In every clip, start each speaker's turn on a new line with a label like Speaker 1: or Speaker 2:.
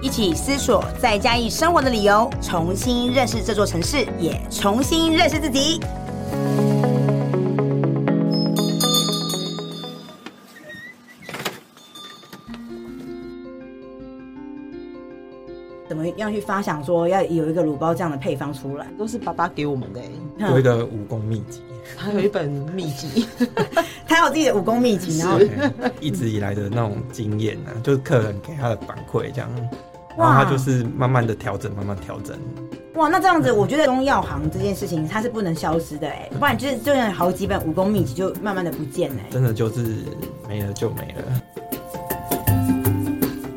Speaker 1: 一起思索在嘉义生活的理由，重新认识这座城市，也重新认识自己。怎么样去发想说要有一个卤包这样的配方出来？
Speaker 2: 都是爸爸给我们的欸，
Speaker 1: 嗯
Speaker 3: 有一个武功秘籍，
Speaker 2: 他有一本秘籍，
Speaker 1: 他有自己的武功秘籍，然后
Speaker 3: 对一直以来的那种经验啊， 就是客人给他的反馈这样，然后他就是慢慢的调整，慢慢调整。
Speaker 1: 哇，那这样子，我觉得中药行这件事情它是不能消失的哎，不然就是就有好几本武功秘籍就慢慢的不见了哎。
Speaker 3: 真的就是没了就没了。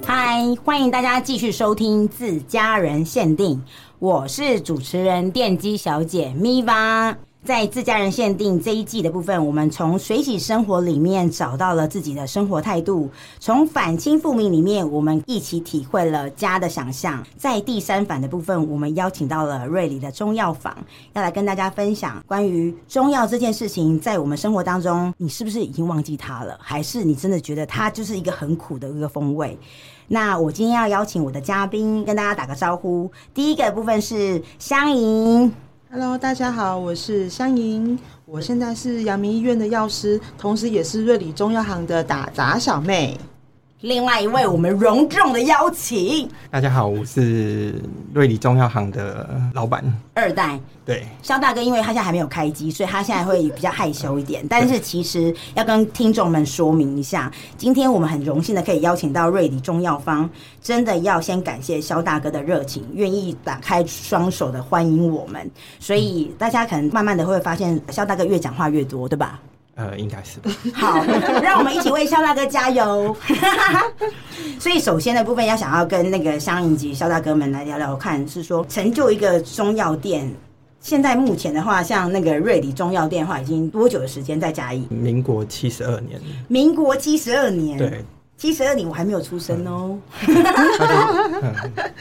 Speaker 1: 嗨，欢迎大家继续收听自家人限定，我是主持人电机小姐咪吧。在自家人限定这一季的部分，我们从水洗生活里面找到了自己的生活态度，从反清复明里面，我们一起体会了家的想象。在第三反的部分，我们邀请到了瑞里的中药房，要来跟大家分享关于中药这件事情，在我们生活当中，你是不是已经忘记它了，还是你真的觉得它就是一个很苦的一个风味？那我今天要邀请我的嘉宾跟大家打个招呼。第一个部分是香莹，
Speaker 2: Hello，大家好，我是香莹，我现在是阳明医院的药师，同时也是瑞里中药行的打杂小妹。
Speaker 1: 另外一位我们隆重的邀请
Speaker 3: 大家好，我是瑞里中药行的老板，
Speaker 1: 二代
Speaker 3: 对，
Speaker 1: 肖大哥，因为他现在还没有开机，所以他现在会比较害羞一点。但是其实要跟听众们说明一下，今天我们很荣幸的可以邀请到瑞迪中药方，真的要先感谢肖大哥的热情，愿意打开双手的欢迎我们。所以大家可能慢慢的会发现，肖大哥越讲话越多，对吧？
Speaker 3: 呃，应该是吧
Speaker 1: 好，让我们一起为肖大哥加 油。所以首先的部分要想要跟那个香盈及肖大哥们来聊聊看，是说成就一个中药店。现在目前的话，像那个瑞里中药店的话，已经多久的时间在嘉义？
Speaker 3: 民国七十二年，
Speaker 1: 民国七十二年。，
Speaker 3: 对，
Speaker 1: 七十二年我还没有出生哦。
Speaker 3: 嗯，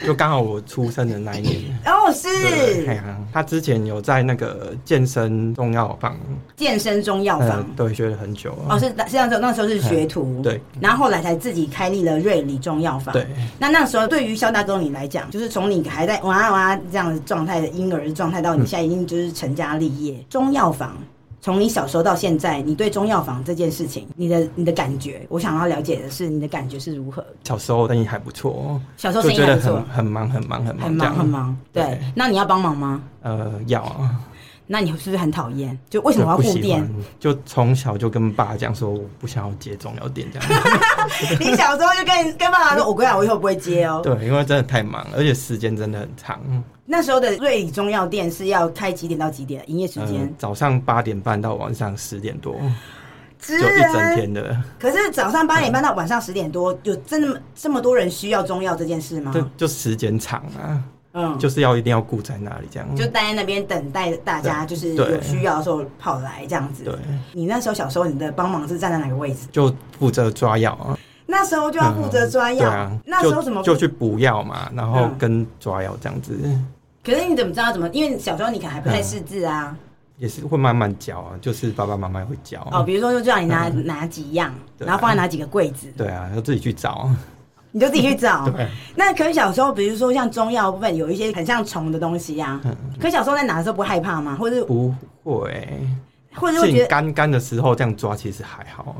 Speaker 3: 就刚好我出生的那一年。
Speaker 1: 哦，
Speaker 3: 对
Speaker 1: 是
Speaker 3: 哎呀他之前有在那个健身中药房，
Speaker 1: 健身中药
Speaker 3: 呃
Speaker 1: 房。，
Speaker 3: 对，学了很久。啊
Speaker 1: 哦，是这样子，那时候是学徒，
Speaker 3: 嗯对，
Speaker 1: 然后后来才自己开立了瑞里中药房，
Speaker 3: 对，
Speaker 1: 那那时候对于肖大哥你来讲，就是从你还在哇哇这样的状态的婴儿状态，到
Speaker 3: 嗯
Speaker 1: 你现在已经就是成家立业，中药房。从你小时候到现在，你对中药房这件事情，你的你的感觉，我想要了解的是你的感觉是如何。
Speaker 3: 小时候生意还不错，哦
Speaker 1: 小时候
Speaker 3: 就
Speaker 1: 生意
Speaker 3: 觉
Speaker 1: 还
Speaker 3: 得
Speaker 1: 不错
Speaker 3: 很很忙很忙很忙
Speaker 1: 很
Speaker 3: 这
Speaker 1: 忙
Speaker 3: 样
Speaker 1: 很忙，对。
Speaker 3: 对
Speaker 1: 那你要帮忙吗？
Speaker 3: 呃，要啊。
Speaker 1: 那你是不是很讨厌？就为什么我要
Speaker 3: 不
Speaker 1: 顾
Speaker 3: 喜
Speaker 1: 店
Speaker 3: 欢？，就从小就跟爸讲说，我不想要接中药店 这样。
Speaker 1: 你小时候就跟跟爸爸说，我跟你讲，我以后不会接哦。
Speaker 3: 对，因为真的太忙了，而且时间真的很长。
Speaker 1: 那时候的瑞里中药店是要开几点到几点？营业时
Speaker 3: 嗯，
Speaker 1: 间？嗯
Speaker 3: 早上八点半到晚上十点多，
Speaker 1: 就
Speaker 3: 就一整天的。
Speaker 1: 可是早上八点半到晚上十点多，有真的这么多人需要中药这件事吗？
Speaker 3: 就就时间长啊，
Speaker 1: 嗯，就
Speaker 3: 就是要一定要顾在那里这样。
Speaker 1: 就待在那边等待大家，就是
Speaker 3: 对
Speaker 1: 有需要的时候跑来这样子。
Speaker 3: 对，
Speaker 1: 你那时候小时候你的帮忙是站在哪个位置？
Speaker 3: 就负责抓药啊，
Speaker 1: 那时候就要负责抓药，
Speaker 3: 嗯对啊，
Speaker 1: 那时候怎么
Speaker 3: 就就去补药嘛，然后
Speaker 1: 嗯
Speaker 3: 跟抓药这样子，
Speaker 1: 可是你怎么知道怎么？因为小时候你可能还不太识字啊。
Speaker 3: 也是会慢慢教啊，就是爸爸妈妈会教。啊
Speaker 1: 哦，比如说就叫你拿、拿几样，
Speaker 3: 嗯对啊
Speaker 1: 然后放在哪几个柜子，
Speaker 3: 对啊，要自己去找。
Speaker 1: 你就自己去找。
Speaker 3: 对，
Speaker 1: 那可是小时候，比如说像中药部分有一些很像虫的东西呀、
Speaker 3: 嗯
Speaker 1: 啊，可小时候在拿的时候不害怕吗？或者是
Speaker 3: 不会。
Speaker 1: 或者是会觉
Speaker 3: 进
Speaker 1: 得，
Speaker 3: 干干的时候这样抓其实还好，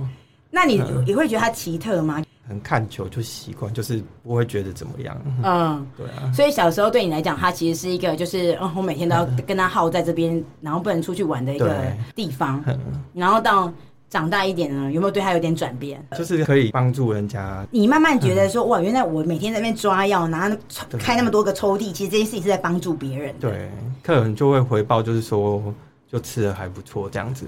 Speaker 1: 那你
Speaker 3: 嗯
Speaker 1: 你会觉得它奇特吗？
Speaker 3: 很看球就习惯，就是不会觉得怎么样。
Speaker 1: 嗯，
Speaker 3: 对啊，
Speaker 1: 所以小时候对你来讲，它其实是一个就是，嗯，我每天都要跟它耗在这 边，然后不能出去玩的一个
Speaker 3: 对
Speaker 1: 地方。
Speaker 3: 嗯
Speaker 1: 然后到长大一点呢，有没有对它有点转变？
Speaker 3: 就是可以帮助人家。
Speaker 1: 你慢慢觉得说，哇，原来我每天在那边抓药，拿那
Speaker 3: 嗯对
Speaker 1: 开那么多个抽屉，其实这件事情是在帮助别人。，
Speaker 3: 对，客人就会回报，就是说，就吃的还不错，这样子。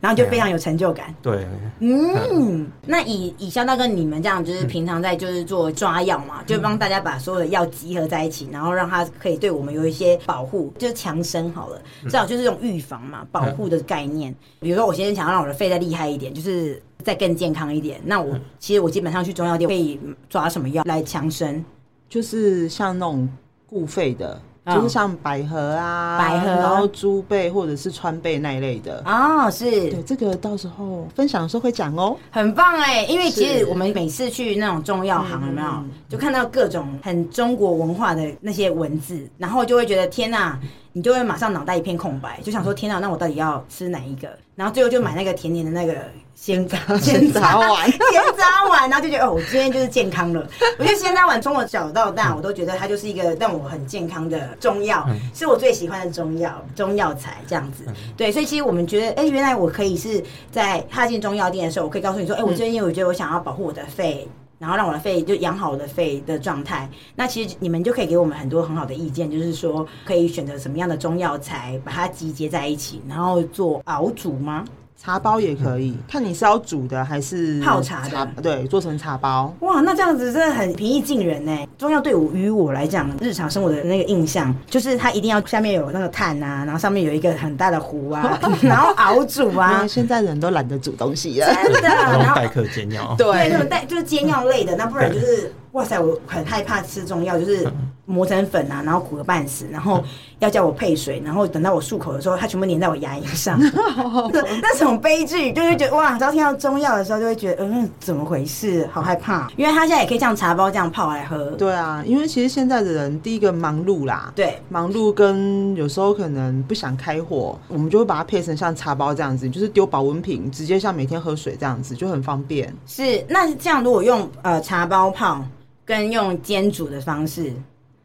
Speaker 1: 然
Speaker 3: 啊
Speaker 1: 后就非常有成就感。
Speaker 3: 对，
Speaker 1: 嗯，那以以肖大哥你们这样，就是平常在就是做抓药嘛，就帮大家把所有的药集合在一起，然后让它可以对我们有一些保护，就是强身好了，至少就是用预防嘛，保护的概念。比如说我现在想要让我的肺再厉害一点，就是再更健康一点，那我其实我基本上去中药店会抓什么药来强身？
Speaker 2: 就是像那种固肺的，
Speaker 1: 嗯
Speaker 2: 就是像百合嗯啊、
Speaker 1: 百合
Speaker 2: 然后猪背或者是川贝那一类的。
Speaker 1: 哦，是
Speaker 2: 对，这个到时候分享的时候会讲 哦。
Speaker 1: 很棒哎、因为其实
Speaker 2: 是
Speaker 1: 我们每次去那种中药行，有没有、就看到各种很中国文化的那些文字，然后就会觉得天呐、你就会马上脑袋一片空白，就想说天呐、那我到底要吃哪一个？然后最后就买那个甜甜的那个鲜枣， 鲜
Speaker 2: 早晚
Speaker 1: 甜渣碗，然后就觉得哦，我今天就是健康了。我觉得鲜渣碗从我小到大，我都觉得它就是一个让我很健康的中药，是我最喜欢的中药，中药材这样子。对，所以其实我们觉得，哎、原来我可以是在踏进中药店的时候，我可以告诉你说，哎、我最近我觉得我想要保护我的肺。然后让我的肺就养好我的肺的状态，那其实你们就可以给我们很多很好的意见，就是说可以选择什么样的中药材，把它集结在一起，然后做熬煮吗？
Speaker 2: 茶包也可以，看你是要煮的还是
Speaker 1: 泡茶的
Speaker 2: 对，做成茶包。
Speaker 1: 哇，那这样子真的很平易近人呢。中药对我于我来讲，日常生活的那个印象，就是它一定要下面有那个炭啊，然后上面有一个很大的壶 啊，然后熬煮
Speaker 2: 因
Speaker 1: 啊
Speaker 2: 为，现在人都懒得煮东西了。
Speaker 1: 真的，
Speaker 3: 那
Speaker 1: 然
Speaker 3: 种
Speaker 1: 后
Speaker 3: 代客煎药，
Speaker 1: 对那种带就是煎药类的，那不然就是哇塞，我很害怕吃中药，就是磨成粉啊，然后苦个半死，然后要叫我配水，然后等到我漱口的时候，它全部粘在我牙龈上，那那种悲剧，就会觉得哇，只要听到中药的时候，就会觉得嗯，怎么回事，好害怕，因为它现在也可以像茶包这样泡来喝，
Speaker 2: 对啊，因为其实现在的人，第一个忙碌啦，
Speaker 1: 对，
Speaker 2: 忙碌跟有时候可能不想开火，我们就会把它配成像茶包这样子，就是丢保温瓶，直接像每天喝水这样子，就很方便。
Speaker 1: 是那这样，如果用呃茶包泡跟用煎煮的方式，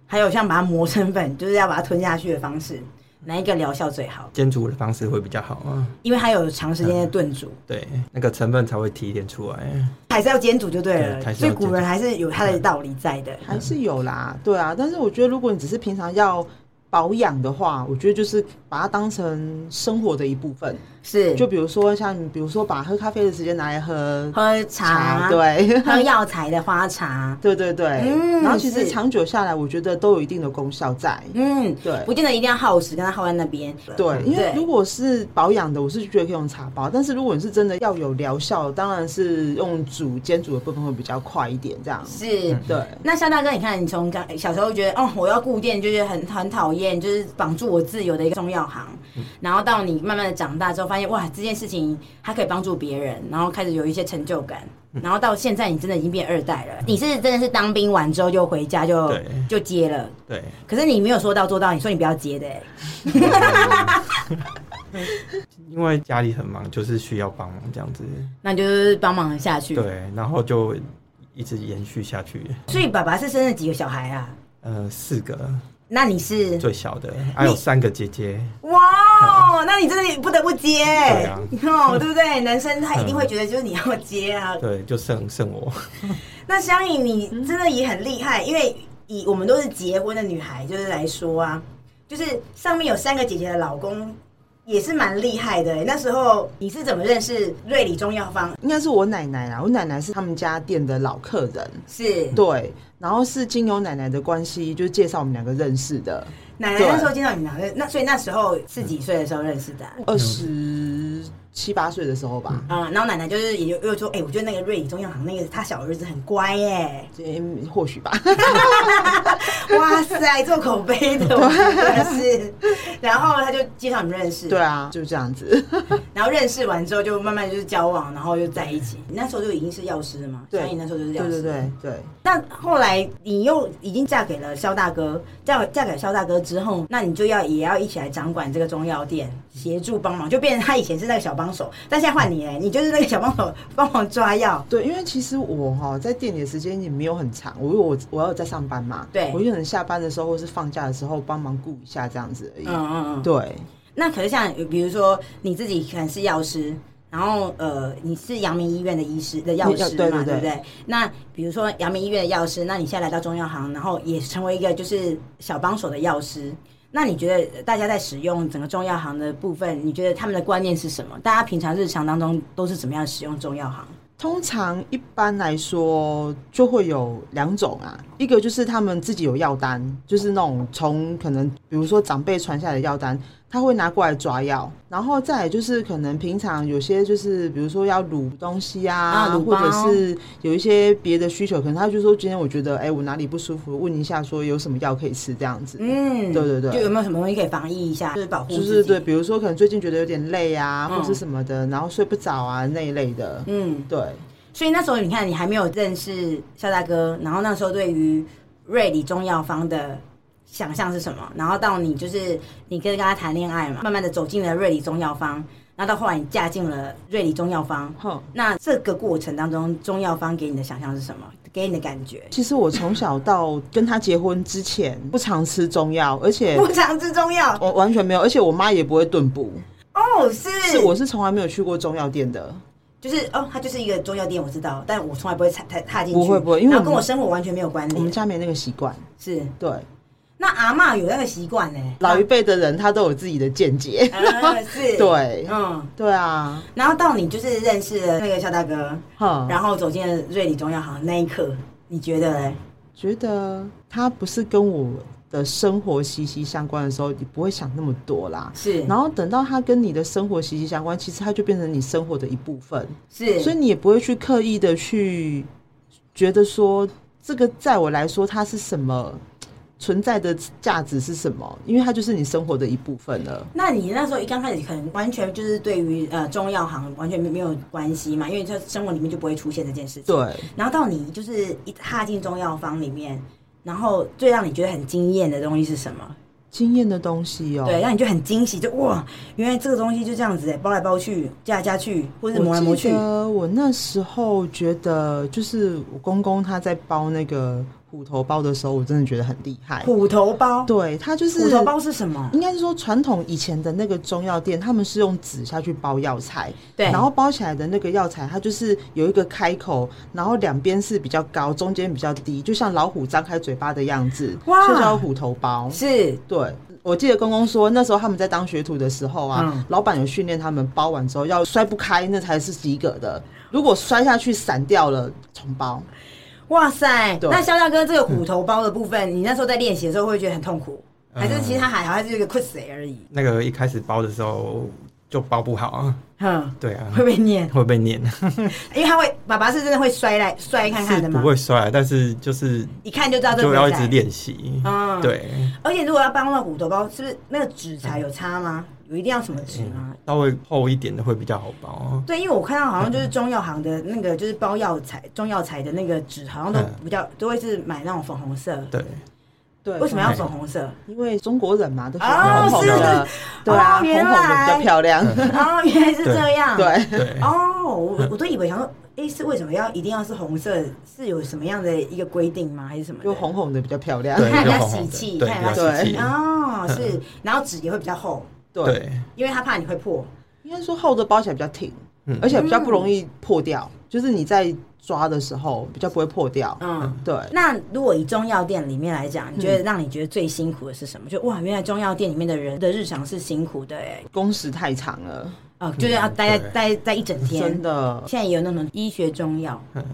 Speaker 1: 还有像把它磨成粉，就是要把它吞下去的方式，哪一个疗效最好？
Speaker 3: 煎煮的方式会比较好啊。
Speaker 1: 因为它有长时间的炖煮，
Speaker 3: 对，那个成分才会提炼出来。
Speaker 1: 还是要煎煮就对了。
Speaker 3: 对还是
Speaker 1: 所
Speaker 3: 要
Speaker 1: 以古人还是有他的道理在的。
Speaker 2: 还是有啦，对啊，但是我觉得如果你只是平常要保养的话，我觉得就是把它当成生活的一部分，
Speaker 1: 是
Speaker 2: 就比如说像，比如说把喝咖啡的时间拿来喝
Speaker 1: 喝茶，
Speaker 2: 对。
Speaker 1: 喝药材的花茶，
Speaker 2: 对对对，
Speaker 1: 嗯
Speaker 2: 然后其实
Speaker 1: 是
Speaker 2: 长久下来，我觉得都有一定的功效在。
Speaker 1: 嗯，
Speaker 2: 对
Speaker 1: 不见得一定要耗时，跟它耗在那边。
Speaker 2: 对，因为
Speaker 1: 对
Speaker 2: 如果是保养的，我是觉得可以用茶包，但是如果你是真的要有疗效，当然是用煮煎煮的部分会比较快一点，这样。
Speaker 1: 是。
Speaker 2: 对，
Speaker 1: 那肖大哥，你看，你从刚小时候觉得哦，我要固定，就是很很讨厌，就是绑住我自由的一个中药行，
Speaker 3: 嗯
Speaker 1: 然后到你慢慢的长大之后，发现哇，这件事情它可以帮助别人，然后开始有一些成就感，
Speaker 3: 嗯
Speaker 1: 然后到现在你真的已经变二代了，你是真的是当兵完之后就回家就
Speaker 3: 对
Speaker 1: 就接了，
Speaker 3: 对，
Speaker 1: 可是你没有说到做到，你说你不要接的、欸，
Speaker 3: 因为家里很忙，就是需要帮忙这样子。
Speaker 1: 那你就是帮忙下去。
Speaker 3: 对，然后就一直延续下去。
Speaker 1: 所以爸爸是生了几个小孩啊？
Speaker 3: 呃，四个
Speaker 1: 那你是
Speaker 3: 最小的，还有三个姐姐。
Speaker 1: 哇哦，那你真的不得不接、
Speaker 3: 对啊
Speaker 1: 哦，对不对？男生他一定会觉得就是你要接啊。
Speaker 3: 对，就剩剩我。
Speaker 1: 那相颖，你真的也很厉害，因为以我们都是结婚的女孩，就是来说啊，就是上面有三个姐姐的老公也是蛮厉害的欸、那时候你是怎么认识瑞里中药方？
Speaker 2: 应该是我奶奶啦，我奶奶是他们家店的老客人，
Speaker 1: 是
Speaker 2: 对，然后是经由奶奶的关系，就介绍我们两个认识的，
Speaker 1: 奶奶
Speaker 2: 对
Speaker 1: 那时候见到你哪个？那所以那时候是几岁的时候认识的啊、
Speaker 2: 二十七八岁的时候吧。
Speaker 1: 嗯，然后奶奶就是也就又说，哎、我觉得那个瑞里中药行那个他小儿子很乖耶、
Speaker 2: 嗯，或许吧，
Speaker 1: 哇塞，做口碑的，我真的是。然后他就介绍你们认识，
Speaker 2: 对，啊，就这样子。
Speaker 1: 然后认识完之后就慢慢就是交往，然后就在一起。你那时候就已经是药师了嘛？
Speaker 2: 对
Speaker 1: 所以你那时候就是药
Speaker 2: 对
Speaker 1: 师。
Speaker 2: 对。对对，
Speaker 1: 那后来你又已经嫁给了肖大哥，嫁嫁给肖大哥之后，那你就要也要一起来掌管这个中药店，协助帮忙，就变成他以前是那个小帮手，但现在换你嘞，你就是那个小帮手帮忙抓药。
Speaker 2: 对，因为其实我哈在店里的时间也没有很长，我因为我我要在上班嘛，
Speaker 1: 对
Speaker 2: 我就可能下班的时候或是放假的时候帮忙顾一下这样子而已。
Speaker 1: 嗯嗯嗯。
Speaker 2: 对，
Speaker 1: 那可是像比如说你自己可能是药师，然后呃你是阳明医院的医师的药师嘛，
Speaker 2: 对对对
Speaker 1: 不对？那比如说阳明医院的药师，那你现在来到中药行，然后也成为一个就是小帮手的药师。那你觉得大家在使用整个中药行的部分，你觉得他们的观念是什么？大家平常日常当中都是怎么样使用中药行？
Speaker 2: 通常一般来说就会有两种啊，一个就是他们自己有药单，就是那种从可能比如说长辈传下来的药单，他会拿过来抓药，然后再来就是可能平常有些就是比如说要卤东西啊，
Speaker 1: 啊卤
Speaker 2: 或
Speaker 1: 包
Speaker 2: 者是有一些别的需求，可能他就说今天我觉得哎、我哪里不舒服，问一下说有什么药可以吃这样子，
Speaker 1: 嗯，
Speaker 2: 对对对
Speaker 1: 就有没有什么东西可以防疫一下，就是保护
Speaker 2: 就
Speaker 1: 自己
Speaker 2: 是对，，比如说可能最近觉得有点累啊，
Speaker 1: 嗯
Speaker 2: 或是什么的，然后睡不着啊那一类的，
Speaker 1: 嗯，
Speaker 2: 对，
Speaker 1: 所以那时候你看你还没有认识肖大哥，然后那时候对于瑞里中药方的想象是什么？然后到你就是你跟跟他谈恋爱嘛，慢慢的走进了瑞里中药方，然后到后来你嫁进了瑞里中药方，
Speaker 2: 哼。
Speaker 1: 那这个过程当中，中药方给你的想象是什么？给你的感觉？
Speaker 2: 其实我从小到跟他结婚之前不常吃中药，而且
Speaker 1: 不常吃中药
Speaker 2: 我完全没有，而且我妈也不会炖补，
Speaker 1: 哦，是
Speaker 2: 是我是从来没有去过中药店的。
Speaker 1: 就是哦，它就是一个中药店，我知道，但我从来不会踩踏踏进去，
Speaker 2: 不会不会因为
Speaker 1: 然后
Speaker 2: 我们
Speaker 1: 跟我生活完全没有关
Speaker 2: 我们
Speaker 1: 联。
Speaker 2: 家没那个习惯。
Speaker 1: 是，
Speaker 2: 对，
Speaker 1: 那阿嬷有那个习惯呢，
Speaker 2: 老 一辈的人他都有自己的见解。
Speaker 1: 呃是，
Speaker 2: 对，
Speaker 1: 嗯，
Speaker 2: 对啊，
Speaker 1: 然后到你就是认识了那个肖大哥，
Speaker 2: 哼，
Speaker 1: 然后走进了瑞里中药行那一刻，你觉得嘞？
Speaker 2: 觉得他不是跟我的生活息息相关的时候，你不会想那么多啦。
Speaker 1: 是，
Speaker 2: 然后等到他跟你的生活息息相关，其实他就变成你生活的一部分。
Speaker 1: 是，
Speaker 2: 所以你也不会去刻意的去觉得说这个在我来说它是什么存在的价值是什么，因为它就是你生活的一部分了。
Speaker 1: 那你那时候一刚开始可能完全就是对于呃中药行完全没没有关系嘛，因为在生活里面就不会出现这件事情。
Speaker 2: 对，
Speaker 1: 然后到你就是一踏进中药房里面，然后最让你觉得很惊艳的东西是什么？
Speaker 2: 经验的东西哦、
Speaker 1: 对，让你就很惊喜，就哇，原来这个东西就这样子哎，包来包去，加来加去，或者是磨来磨
Speaker 2: 我记
Speaker 1: 去。
Speaker 2: 得我那时候觉得，就是我公公他在包那个虎头包的时候，我真的觉得很厉害。
Speaker 1: 虎头包，
Speaker 2: 对嗯他就是
Speaker 1: 虎头包是什么？
Speaker 2: 应该是说传统以前的那个中药店，他们是用纸下去包药材，
Speaker 1: 对
Speaker 2: 然后包起来的那个药材，它就是有一个开口，然后两边是比较高，中间比较低，就像老虎张开嘴巴的样子，
Speaker 1: 哇
Speaker 2: 就叫虎头包。
Speaker 1: 是
Speaker 2: 对，我记得公公说，那时候他们在当学徒的时候啊，
Speaker 1: 嗯
Speaker 2: 老板有训练他们包完之后要摔不开，那才是及格的。如果摔下去散掉了，重包。
Speaker 1: 哇塞！
Speaker 2: 对
Speaker 1: 那肖大哥这个虎头包的部
Speaker 3: 嗯
Speaker 1: 分，你那时候在练习的时候会觉得很痛苦，还是其实他还好，还是一个困死而已？
Speaker 3: 那个一开始包的时候就包不好啊，
Speaker 1: 哼，
Speaker 3: 对啊，
Speaker 1: 会被念，
Speaker 3: 会被念，
Speaker 1: 因为他会爸爸是真的会摔来摔看看
Speaker 3: 是
Speaker 1: 的
Speaker 3: 不
Speaker 1: 嘛，
Speaker 3: 会摔，啊但是就是
Speaker 1: 一看就知道这
Speaker 3: 就
Speaker 1: 个
Speaker 3: 要
Speaker 1: 鬼
Speaker 3: 一直
Speaker 1: 仔。
Speaker 3: 练习，
Speaker 1: 嗯，。
Speaker 3: 对，
Speaker 1: 而且如果要搬到虎头包，是不是那个纸材有差吗？
Speaker 3: 嗯
Speaker 1: 有一定要什么纸吗？
Speaker 3: 稍微厚一点的会比较好包，
Speaker 1: 对，因为我看到好像就是中药行的那个，就是包药材、中药材的那个纸，好像都
Speaker 3: 嗯
Speaker 1: 比较都会是买那种粉红色。
Speaker 3: 对，
Speaker 2: 对
Speaker 1: 为什么要粉红色？
Speaker 2: 因为中国人嘛，都喜
Speaker 1: 嗯哦
Speaker 2: 欢红红
Speaker 3: 是
Speaker 2: 的，对啊，
Speaker 1: 哦
Speaker 2: 红
Speaker 1: 原
Speaker 2: 红的比较
Speaker 1: 来
Speaker 2: 漂亮。
Speaker 1: 哦，原来是这样。。
Speaker 2: 对，
Speaker 3: 对，
Speaker 1: 哦，我我都以为想说， 哎、是为什么要一定要是红色？是有什么样的一个规定吗？还是什么的？
Speaker 2: 就红红的比较漂亮。
Speaker 3: 对
Speaker 1: 看人家
Speaker 3: 就红
Speaker 1: 喜
Speaker 3: 红的
Speaker 1: 气，
Speaker 3: 对
Speaker 1: 看人
Speaker 3: 比
Speaker 1: 家
Speaker 3: 较
Speaker 1: 喜
Speaker 3: 喜
Speaker 1: 气。
Speaker 3: 气
Speaker 1: 哦，是，然后纸也会比较厚， 嗯
Speaker 2: 对
Speaker 3: 对，
Speaker 1: 因为他怕你会破。
Speaker 2: 应该说厚的包起来比较挺，
Speaker 3: 嗯
Speaker 2: 而且比较不容易破掉，就是你在抓的时候比较不会破掉。
Speaker 1: 嗯。
Speaker 2: 对，
Speaker 1: 那如果以中药店里面来讲，你觉得让你觉得最辛苦的是什么？就哇，原来中药店里面的人的日常是辛苦的哎、
Speaker 2: 工时太长了，
Speaker 1: 哦，就是要待在
Speaker 3: 对
Speaker 1: 待待一整天
Speaker 2: 真。的。
Speaker 1: 现在也有那种医学中药
Speaker 3: 啊嗯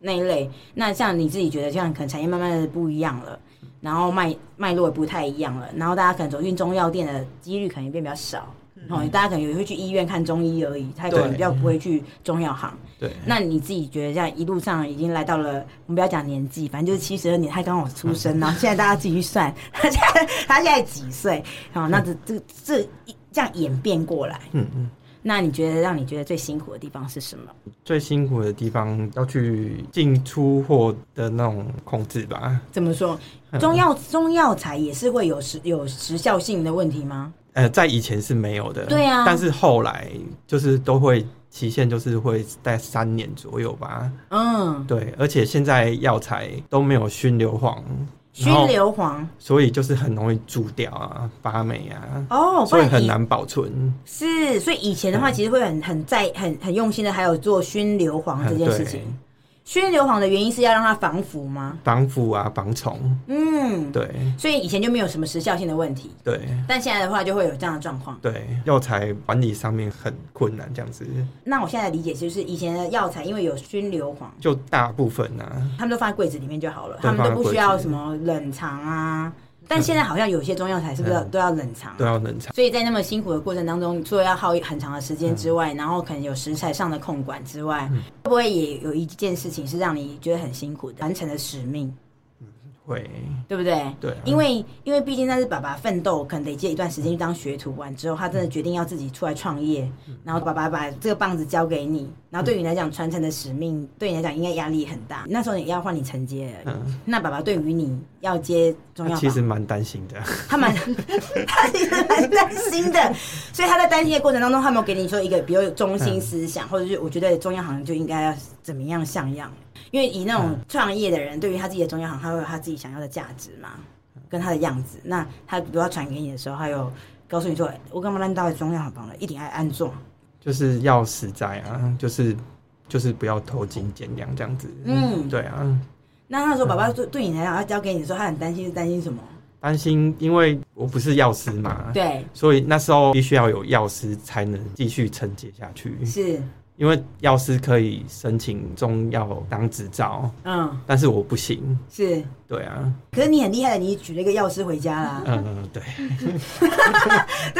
Speaker 1: 那一类，那像你自己觉得，像可能产业慢慢的不一样了，然后脉脉络也不太一样了，然后大家可能走进中药店的几率可能也变比较少，哦，大家可能也会去医院看中医而已，他可能
Speaker 3: 对嗯
Speaker 1: 比较不会去中药行。
Speaker 3: 对，
Speaker 1: 那你自己觉得，像一路上已经来到了，我们不要讲年纪，反正就是七十二年，他刚好出生，
Speaker 3: 嗯
Speaker 1: 然后现在大家自己去算， 他现在他现在几岁？好，那这这这一这样演变过来，
Speaker 3: 嗯嗯。
Speaker 1: 那你觉得让你觉得最辛苦的地方是什么？
Speaker 3: 最辛苦的地方要去进出货的那种控制吧，
Speaker 1: 怎么说？
Speaker 3: 嗯
Speaker 1: 中药中药材也是会有时有时效性的问题吗？
Speaker 3: 呃，在以前是没有的，
Speaker 1: 对啊
Speaker 3: 但是后来就是都会期限，就是会在三年左右吧。
Speaker 1: 嗯，
Speaker 3: 对，而且现在药材都没有熏硫磺，
Speaker 1: 熏
Speaker 3: 然后
Speaker 1: 硫磺
Speaker 3: 所以就是很容易蛀掉啊、发霉啊，
Speaker 1: 哦，不
Speaker 3: 所以
Speaker 1: 然
Speaker 3: 很
Speaker 1: 以
Speaker 3: 难嗯保存。
Speaker 1: 哦是，所以以前的话其实会很很在很很用心的，还有做熏硫磺这
Speaker 3: 嗯
Speaker 1: 件
Speaker 3: 对
Speaker 1: 事情。熏硫磺的原因是要让它防腐吗？
Speaker 3: 防腐啊，防虫，
Speaker 1: 嗯，
Speaker 3: 对
Speaker 1: 所以以前就没有什么时效性的问题，
Speaker 3: 对
Speaker 1: 但现在的话就会有这样的状况。
Speaker 3: 对，药材管理上面很困难，这样子
Speaker 1: 那我现在的理解就是，以前的药材因为有熏硫磺，
Speaker 3: 就大部分啊，
Speaker 1: 他们都放在柜子里面就好了，
Speaker 3: 对
Speaker 1: 他们都不需要
Speaker 3: 放在柜
Speaker 1: 什
Speaker 3: 子
Speaker 1: 么冷藏啊。但现在好像有些中药材是不是
Speaker 3: 嗯
Speaker 1: 都要冷藏啊？
Speaker 3: 都要冷藏。
Speaker 1: 所以在那么辛苦的过程当中，除了要耗很长的时间
Speaker 3: 嗯
Speaker 1: 之外，然后可能有食材上的控管之外，会不会也有一件事情是让你觉得很辛苦的，完成了使命，
Speaker 3: 会，
Speaker 1: 对不对？
Speaker 3: 对啊
Speaker 1: 因为因为毕竟那是爸爸奋斗，可能得借一段时间去当学徒，完之后他真的决定要自己出来创业，
Speaker 3: 嗯
Speaker 1: 然后爸爸把这个棒子交给你，然后对你来讲传承的使命，对你来讲应该压力很大。那时候也要换你承接了，
Speaker 3: 嗯，
Speaker 1: 那爸爸对于你要接中药
Speaker 3: 那
Speaker 1: 房，
Speaker 3: 其实蛮担心的，
Speaker 1: 他蛮，他其实蛮担心的，所以他在担心的过程当中，他没有给你说一个，比如有中心思想，或者是我觉得中药行就应该要怎么样像样，因为以那种创业的人，对于他自己的中药行，他会有他自己想要的价值嘛，跟他的样子。那他如果要传给你的时候，他有告诉你说，哎我干嘛烂到中药行帮了，一定要安做，
Speaker 3: 就是要实在啊，就是就是不要偷斤减两这样子。
Speaker 1: 嗯
Speaker 3: 对啊，
Speaker 1: 那那时候爸爸对对你来讲，要交给你的时候，他很担心是担心什么？
Speaker 3: 担心，因为我不是药师嘛，
Speaker 1: 嗯对，
Speaker 3: 所以那时候必须要有药师才能继续承接下去，
Speaker 1: 是，
Speaker 3: 因为药师可以申请中药当执照，
Speaker 1: 嗯，
Speaker 3: 但是我不行。
Speaker 1: 是。
Speaker 3: 对啊，
Speaker 1: 可是你很厉害的，你娶了一个药师回家
Speaker 2: 啊
Speaker 1: 啦，
Speaker 3: 嗯、对，
Speaker 1: 对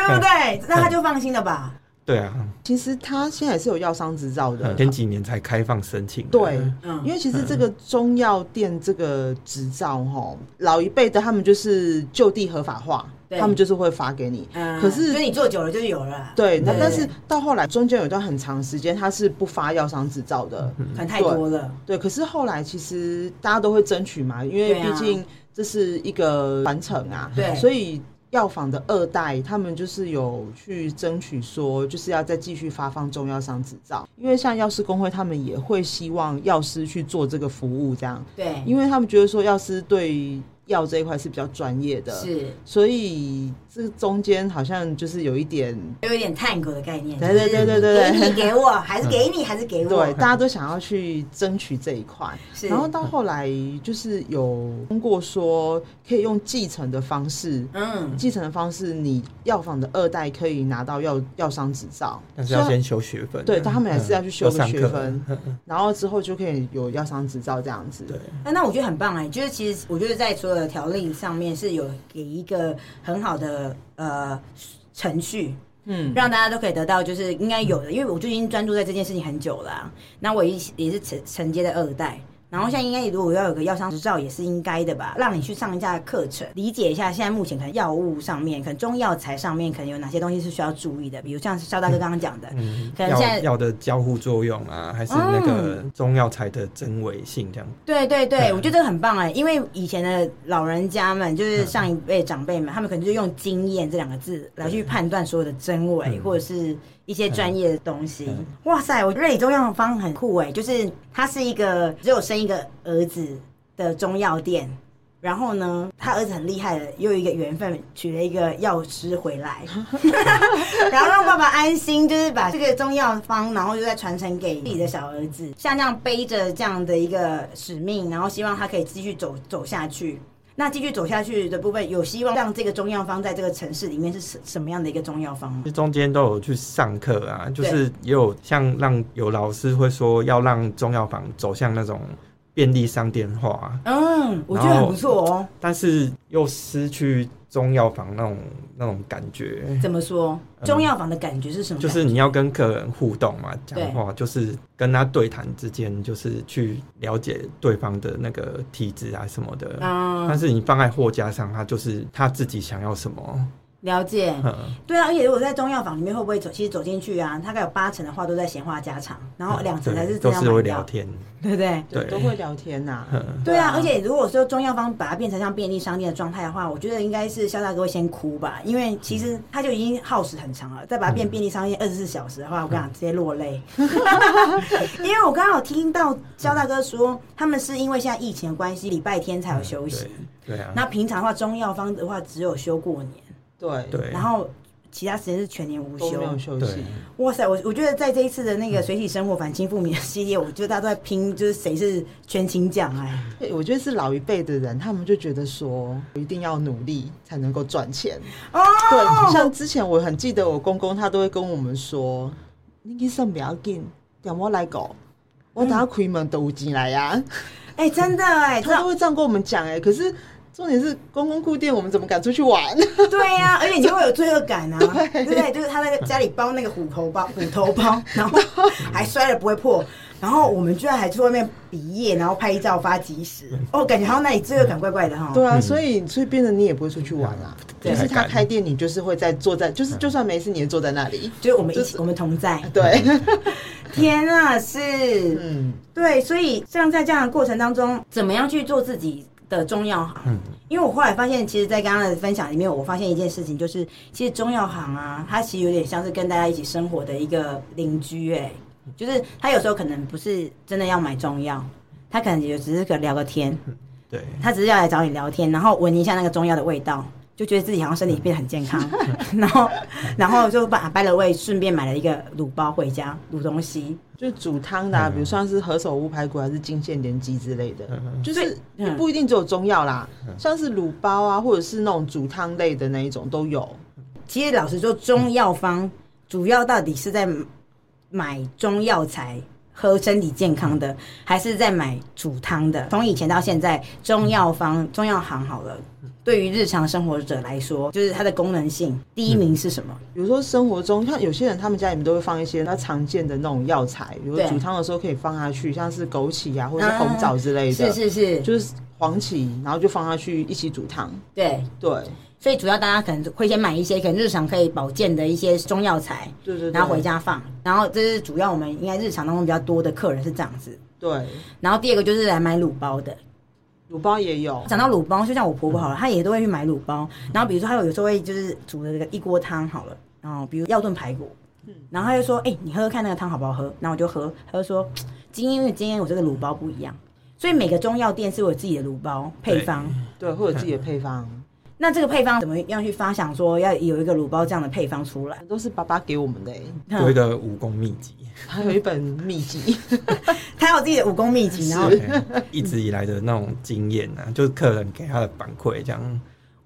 Speaker 1: 啊不对？那他就放心了吧？
Speaker 3: 对啊，呃
Speaker 2: 其实它现在也是有药商执照的，
Speaker 3: 前几年才开放申请的。
Speaker 2: 对
Speaker 1: 嗯
Speaker 2: 因为其实这个中药店这个执照哈，老一辈的他们就是就地合法化，
Speaker 1: 对
Speaker 2: 他们就是会发给你。
Speaker 1: 嗯，
Speaker 2: 可是
Speaker 1: 就你做久了就有了啦，
Speaker 2: 对，那
Speaker 3: 对
Speaker 2: 但是到后来中间有一段很长时间，他是不发药商执照的。
Speaker 1: 可能太多了，
Speaker 2: 对，可是后来其实大家都会争取嘛，因
Speaker 1: 对
Speaker 2: 为
Speaker 1: 啊
Speaker 2: 毕竟这是一个传承啊，
Speaker 1: 对
Speaker 2: 所以药房的二代他们就是有去争取说，就是要再继续发放中药商执照，因为像药师工会他们也会希望药师去做这个服务这样，
Speaker 1: 对，
Speaker 2: 因为他们觉得说药师对药这一块是比较专业的，
Speaker 1: 是
Speaker 2: 所以这中间好像就是有一点，
Speaker 1: 有一点探狗的概念，
Speaker 2: 对对对
Speaker 1: 就是
Speaker 2: 对对
Speaker 1: 给
Speaker 2: 对
Speaker 1: 你给我，还是给你，还是给我，
Speaker 2: 对，大家都想要去争取这一块。
Speaker 1: 是，
Speaker 2: 然后到后来就是有通过说可以用继承的方式，
Speaker 1: 嗯，
Speaker 2: 继承的方式，你药房的二代可以拿到药药商执照，
Speaker 3: 但是要先修学分啊、
Speaker 2: 对他们还是要去修个
Speaker 3: 嗯
Speaker 2: 学分。
Speaker 3: 要上课嗯
Speaker 2: 然后之后就可以有药商执照这样子。
Speaker 3: 对，
Speaker 1: 那那我觉得很棒哎、就是其实我觉得在所有的条例上面是有给一个很好的呃程序，
Speaker 2: 嗯，
Speaker 1: 让大家都可以得到，就是应该有的，因为我最近专注在这件事情很久了啊、那我也也是承承接的二代。然后现在应该如果要有个药商执照也是应该的吧，让你去上一下课程，理解一下现在目前可能药物上面，可能中药材上面可能有哪些东西是需要注意的，比如像肖大哥刚刚讲的，
Speaker 3: 嗯，
Speaker 1: 可能现
Speaker 3: 药
Speaker 1: 在哦
Speaker 3: 药的交互作用啊，还是那个中药材的真伪性这样。
Speaker 1: 对对对，
Speaker 3: 嗯
Speaker 1: 我觉得这个很棒哎，因为以前的老人家们，就是上一辈长辈们，他们可能就用经验这两个字来去判断所有的真伪，
Speaker 3: 嗯
Speaker 1: 或者是一些专业的东西
Speaker 3: 嗯。
Speaker 1: 哇塞，我觉得你中药方很酷哎，就是他是一个只有生一个儿子的中药店。然后呢，他儿子很厉害的，又有一个缘分娶了一个药师回来， 然后让爸爸安心，就是把这个中药方，然后就再传承给自己的小儿子，像这样背着这样的一个使命，然后希望他可以继续走走下去。那继续走下去的部分，有希望让这个中药方在这个城市里面是什什么样的一个中药方吗？
Speaker 3: 这中间都有去上课啊，就
Speaker 1: 对
Speaker 3: 是也有像让有老师会说要让中药房走向那种便利商店化，
Speaker 1: 嗯，我觉得很不错哦。
Speaker 3: 但是又失去中药房那种那种感觉，
Speaker 1: 怎么说？中药房的感觉是什么
Speaker 3: 嗯就
Speaker 1: 感觉？
Speaker 3: 是你要跟客人互动嘛，讲
Speaker 1: 对
Speaker 3: 话就是跟他对谈之间，就是去了解对方的那个体质啊什么的。但
Speaker 1: 嗯，
Speaker 3: 是你放在货架上，他就是他自己想要什么，
Speaker 1: 了解。
Speaker 3: 嗯，
Speaker 1: 对啊，而且如果在中药房里面，会不会走？其实走进去啊，大概有八成的话都在闲话家常，然后两成才是
Speaker 3: 啊
Speaker 1: 真
Speaker 3: 对都
Speaker 1: 的要
Speaker 3: 是会
Speaker 1: 买
Speaker 3: 聊
Speaker 1: 药，
Speaker 3: 天，
Speaker 1: 对不对？
Speaker 2: 对，
Speaker 3: 对
Speaker 2: 都会聊天呐、
Speaker 3: 嗯
Speaker 1: 对啊，而且如果说中药方把它变成像便利商店的状态的话，我觉得应该是肖大哥会先哭吧，因为其实他就已经耗时很长了，再把它变
Speaker 3: 嗯
Speaker 1: 便利商店二十四小时的话，我跟你讲直接落泪。 因为我刚好听到肖大哥说，他们是因为现在疫情的关系，礼拜天才有休息，
Speaker 3: 嗯对，对啊，
Speaker 1: 那平常的话中药方的话只有休过年，
Speaker 2: 对
Speaker 3: 对，
Speaker 1: 然后其他时间是全年无
Speaker 2: 都
Speaker 1: 休
Speaker 2: 没。有休
Speaker 3: 对
Speaker 2: 息，
Speaker 1: 哇塞，我我觉得在这一次的那
Speaker 2: 嗯
Speaker 1: 个水洗生活反清复明的系列，我觉得大家都在拼，就是谁是全勤奖哎。
Speaker 2: 对我觉得是老一辈的人，他们就觉得说一定要努力才能够赚钱。
Speaker 1: 哦
Speaker 2: 对，像之前我很记得我公公他都会跟我们说，你去上不要紧，点我来搞，我等下开门都有钱来呀、
Speaker 1: 哎、真的哎、
Speaker 2: 他都会这样跟我们讲哎、可是重点是公公顾店，我们怎么敢出去玩？
Speaker 1: 这对呀、而且你就会有罪恶感啊，对不对？就是他在家里包那个虎头包，虎头 包，然后还摔了不会破，然后我们居然还去外面比耶，然后拍照发即时，哦，感觉好像那里罪恶感怪怪的哈。
Speaker 2: 对啊，
Speaker 3: 嗯
Speaker 2: 所以所以变得你也不会出去玩啊。
Speaker 3: 对
Speaker 2: 就是他开店，你就是会在坐在，就是就算没事，你也坐在那里。
Speaker 1: 就是我们一
Speaker 2: 就
Speaker 1: 起，
Speaker 2: 是
Speaker 1: 我们同在。
Speaker 2: 对，
Speaker 1: 天啊，是，
Speaker 2: 嗯，
Speaker 1: 对，所以像在这样的过程当中，怎么样去做自己的中药行？
Speaker 3: 嗯
Speaker 1: 因为我后来发现，其实，在刚刚的分享里面，我发现一件事情，就是其实中药行啊，它其实有点像是跟大家一起生活的一个邻居、哎，就是他有时候可能不是真的要买中药，他可能也只是个聊个天，
Speaker 3: 对，
Speaker 1: 他只是要来找你聊天，然后闻一下那个中药的味道，就觉得自己好像身体变得很健康，然后然后就把掰了胃，顺便买了一个卤包回家卤东西，
Speaker 2: 就煮汤的、啊，
Speaker 3: 嗯
Speaker 2: 比如像是何首乌排骨还是金线莲鸡之类的，
Speaker 3: 嗯
Speaker 2: 就是
Speaker 1: 所以嗯
Speaker 2: 不一定只有中药啦，像是卤包啊，或者是那种煮汤类的那一种都有。
Speaker 1: 其实老实说，中药
Speaker 2: 嗯
Speaker 1: 方主要到底是在买中药材喝身体健康
Speaker 2: 嗯
Speaker 1: 的，还是在买煮汤的？从以前到现在，中药
Speaker 2: 嗯
Speaker 1: 方、中药行好了，对于日常生活者来说，就是它的功能性第一名是什么？
Speaker 2: 比如说生活中，像有些人他们家里面都会放一些他常见的那种药材，比如说
Speaker 1: 对
Speaker 2: 煮汤的时候可以放下去，像是枸杞啊，或者是红枣之类的，
Speaker 1: 是是是，
Speaker 2: 就是黄芪，然后就放下去一起煮汤。
Speaker 1: 对。
Speaker 2: 对，
Speaker 1: 所以主要大家可能会先买一些可能日常可以保健的一些中药材，
Speaker 2: 对对对，
Speaker 1: 然后回家放。然后这是主要我们应该日常当中比较多的客人是这样子。
Speaker 2: 对，
Speaker 1: 然后第二个就是来买卤包的，
Speaker 2: 卤包也有，
Speaker 1: 讲到卤包，就像我婆婆好了，她也都会去买卤包。然后比如说，她有时候会就是煮了这个一锅汤好了，然后比如要炖排骨，然后她就说：“哎、你喝喝看那个汤好不好喝？”然后我就喝，她就说：“今天因为今天我这个卤包不一样，所以每个中药店是有自己的卤包配方。
Speaker 2: 对，会有自己的配方，
Speaker 1: 那这个配方怎么样去发想说要有一个卤包这样的配方出来？
Speaker 2: 都是爸爸给我们的欸、
Speaker 1: 嗯
Speaker 3: 有一个武功秘籍，
Speaker 2: 还有一本秘籍，
Speaker 1: 她有自己的武功秘籍，然后
Speaker 3: 对一直以来的那种经验啊，就是客人给他的反馈这样，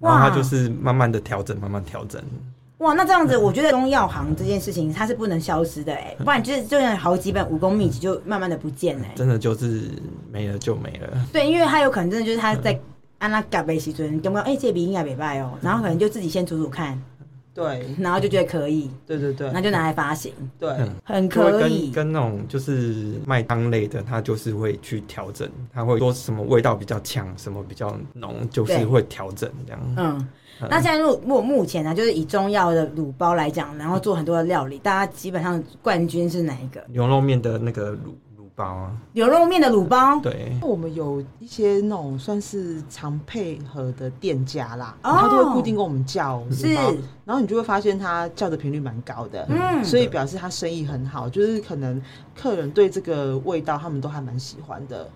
Speaker 3: 然后
Speaker 1: 哇
Speaker 3: 他就是慢慢的调整，慢慢调整，
Speaker 1: 哇，那这样子，我觉得中药行这件事情它是不能消失的哎、不然就是就有好几本武功秘籍就慢慢的不见哎、
Speaker 3: 真的就是没了就没了。
Speaker 1: 对，因为他有可能真的就是他在安拉嘎贝西尊，刚刚哎这笔应该没败哦，然后可能就自己先煮煮看，
Speaker 2: 对，
Speaker 1: 然后就觉得可以，
Speaker 2: 对对对
Speaker 1: 那就拿来发行，
Speaker 2: 对
Speaker 3: 嗯，
Speaker 1: 很
Speaker 3: 就会
Speaker 1: 可
Speaker 3: 跟
Speaker 1: 以。
Speaker 3: 跟那种就是卖汤类的，他就是会去调整，他会说什么味道比较强，什么比较浓，就是
Speaker 1: 对
Speaker 3: 会调整这样。
Speaker 1: 嗯，那现在如果目前呢、啊就是以中药的卤包来讲，然后做很多的料理，大家基本上冠军是哪一个？
Speaker 3: 牛肉面的那个卤卤包啊，
Speaker 1: 牛肉面的卤包
Speaker 3: 对，
Speaker 2: 那我们有一些那种算是常配合的店家啦，
Speaker 1: 哦
Speaker 2: 然后他就会固定跟我们叫，
Speaker 1: 是
Speaker 2: 然后然后你就会发现他叫的频率蛮高的，
Speaker 1: 嗯
Speaker 2: 所以表示他生意很好，就是可能客人对这个味道他们都还蛮喜欢的，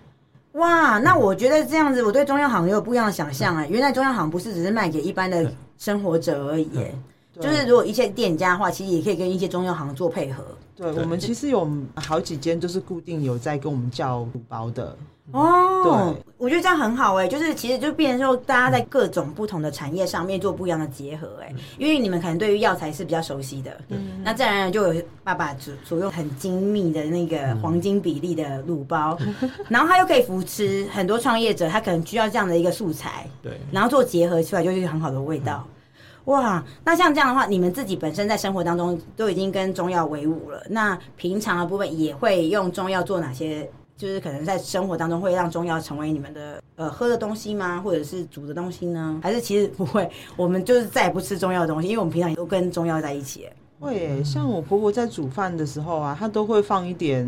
Speaker 1: 哇，那我觉得这样子，我对中药行也有不一样的想象哎、原来中药行不是只是卖给一般的生活者而已、哎
Speaker 3: 嗯
Speaker 2: 对
Speaker 1: 就是如果一些店家的话，其实也可以跟一些中药行做配合。
Speaker 2: 对
Speaker 3: 对
Speaker 2: 我们其实有好几间就是固定有在跟我们叫卤包的，
Speaker 1: 哦，我觉得这样很好哎、就是其实就变成说，大家在各种不同的产业上面做不一样的结合哎、因为你们可能对于药材是比较熟悉的，
Speaker 2: 嗯，
Speaker 1: 那自然而然就有爸爸所所用很精密的那个黄金比例的卤包，然后他又可以扶持很多创业者，他可能需要这样的一个素材，
Speaker 3: 对，
Speaker 1: 然后做结合出来就是一个很好的味道。哇，那像这样的话，你们自己本身在生活当中都已经跟中药为伍了，那平常的部分也会用中药做哪些？就是可能在生活当中会让中药成为你们的呃喝的东西吗？或者是煮的东西呢？还是其实不会？我们就是再也不吃中药的东西，因为我们平常都跟中药在一起。
Speaker 2: 会耶，像我婆婆在煮饭的时候啊，她都会放一点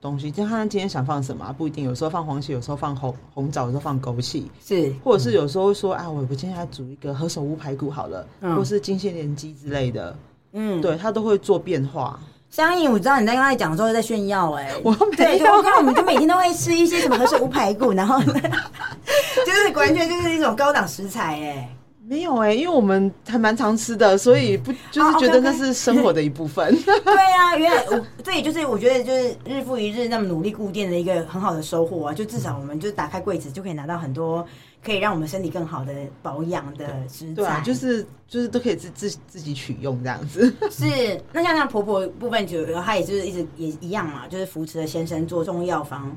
Speaker 2: 东西，就看她今天想放什么啊、不一定，有时候放黄芪，有时候放红红枣，有时候放枸杞。
Speaker 1: 是
Speaker 2: 或者是有时候会说啊，我我今天要煮一个何首乌排骨好了，
Speaker 1: 嗯
Speaker 2: 或是金线莲鸡之类的，
Speaker 1: 嗯，
Speaker 2: 对他都会做变化。
Speaker 1: 相应我知道你在刚才讲的时候在炫耀哎、
Speaker 2: 我没
Speaker 1: 对，就
Speaker 2: 有
Speaker 1: 我看我们就每天都会吃一 些什么河水乌排骨，然后就是完全就是一种高档食材哎、
Speaker 2: 没有哎、因为我们还蛮常吃的，所以不就是
Speaker 1: 哦
Speaker 2: 觉得
Speaker 1: OK，OK
Speaker 2: 那是生活的一部分。
Speaker 1: 对啊，原来我这也就是我觉得就是日复一日那么努力固定的一个很好的收获啊，就至少我们就打开柜子就可以拿到很多可以让我们身体更好的保养的食
Speaker 2: 对啊
Speaker 1: 材，，
Speaker 2: 就是就是都可以自自自己取用这样子。
Speaker 1: 是那像像婆婆部分就她也就是一直也一样嘛，就是扶持了先生做中药房。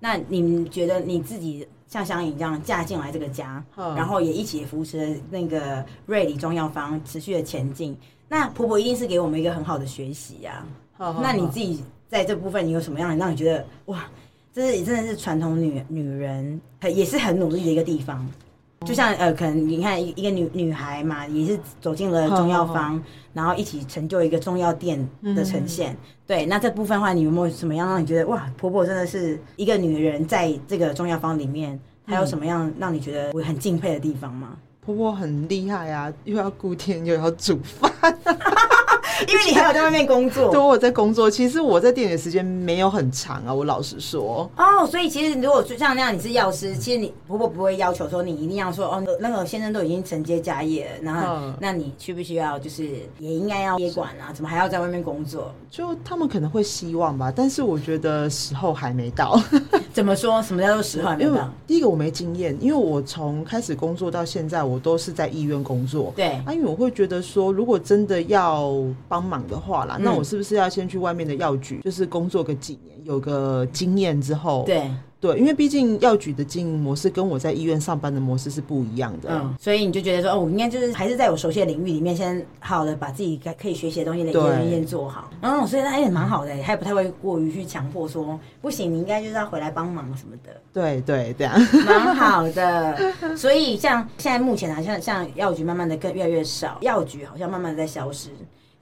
Speaker 1: 那你们觉得你自己像香颖这样嫁进来这个家，
Speaker 2: 嗯
Speaker 1: 然后也一起扶持了那个瑞里中药房持续的前进，那婆婆一定是给我们一个很好的学习啊呀、
Speaker 2: 嗯
Speaker 1: 那你自己在这部分，你有什么样的让你觉得哇，这是真的是传统女女人很也是很努力的一个地方。就像呃，可能你看一一个女女孩嘛，也是走进了中药房，然后一起成就一个中药店的呈现。对，那这部分的话，你有没有什么样让你觉得哇，婆婆真的是一个女人在这个中药房里面，还有什么样让你觉得我很敬佩的地方吗？
Speaker 2: 婆婆很厉害啊，又要顾天又要煮饭。
Speaker 1: 因为你还有在外面工作，
Speaker 2: 对，我在工作，其实我在店里的时间没有很长啊，我老实说。
Speaker 1: 哦，所以其实如果就像那样，你是药师，
Speaker 2: 嗯
Speaker 1: 其实你婆婆不会要求说你一定要说哦，那个先生都已经承接家业了，然后、
Speaker 2: 嗯
Speaker 1: 那你需不需要就是也应该要接管啊？怎么还要在外面工作？
Speaker 2: 就他们可能会希望吧，但是我觉得时候还没到，
Speaker 1: 怎么说什么叫做实话没
Speaker 2: 因为
Speaker 1: 到？
Speaker 2: 第一个我没经验，因为我从开始工作到现在，我都是在医院工作。
Speaker 1: 对，
Speaker 2: 啊，因为我会觉得说，如果真的要帮忙的话啦，
Speaker 1: 嗯
Speaker 2: 那我是不是要先去外面的药局，就是工作个几年，有个经验之后，
Speaker 1: 对，
Speaker 2: 对，因为毕竟药局的经营模式跟我在医院上班的模式是不一样的。
Speaker 1: 嗯，所以你就觉得说哦，我应该就是还是在我熟悉的领域里面，先好的把自己该可以学习的东西累积的
Speaker 2: 对
Speaker 1: 东西先做好。嗯，所以他也蛮好的，他也不太会过于去强迫说不行，你应该就是要回来帮忙什么的。
Speaker 2: 对对，啊这样
Speaker 1: 蛮好的。所以像现在目前啊，像像药局慢慢的更越来越少，药局好像慢慢的在消失，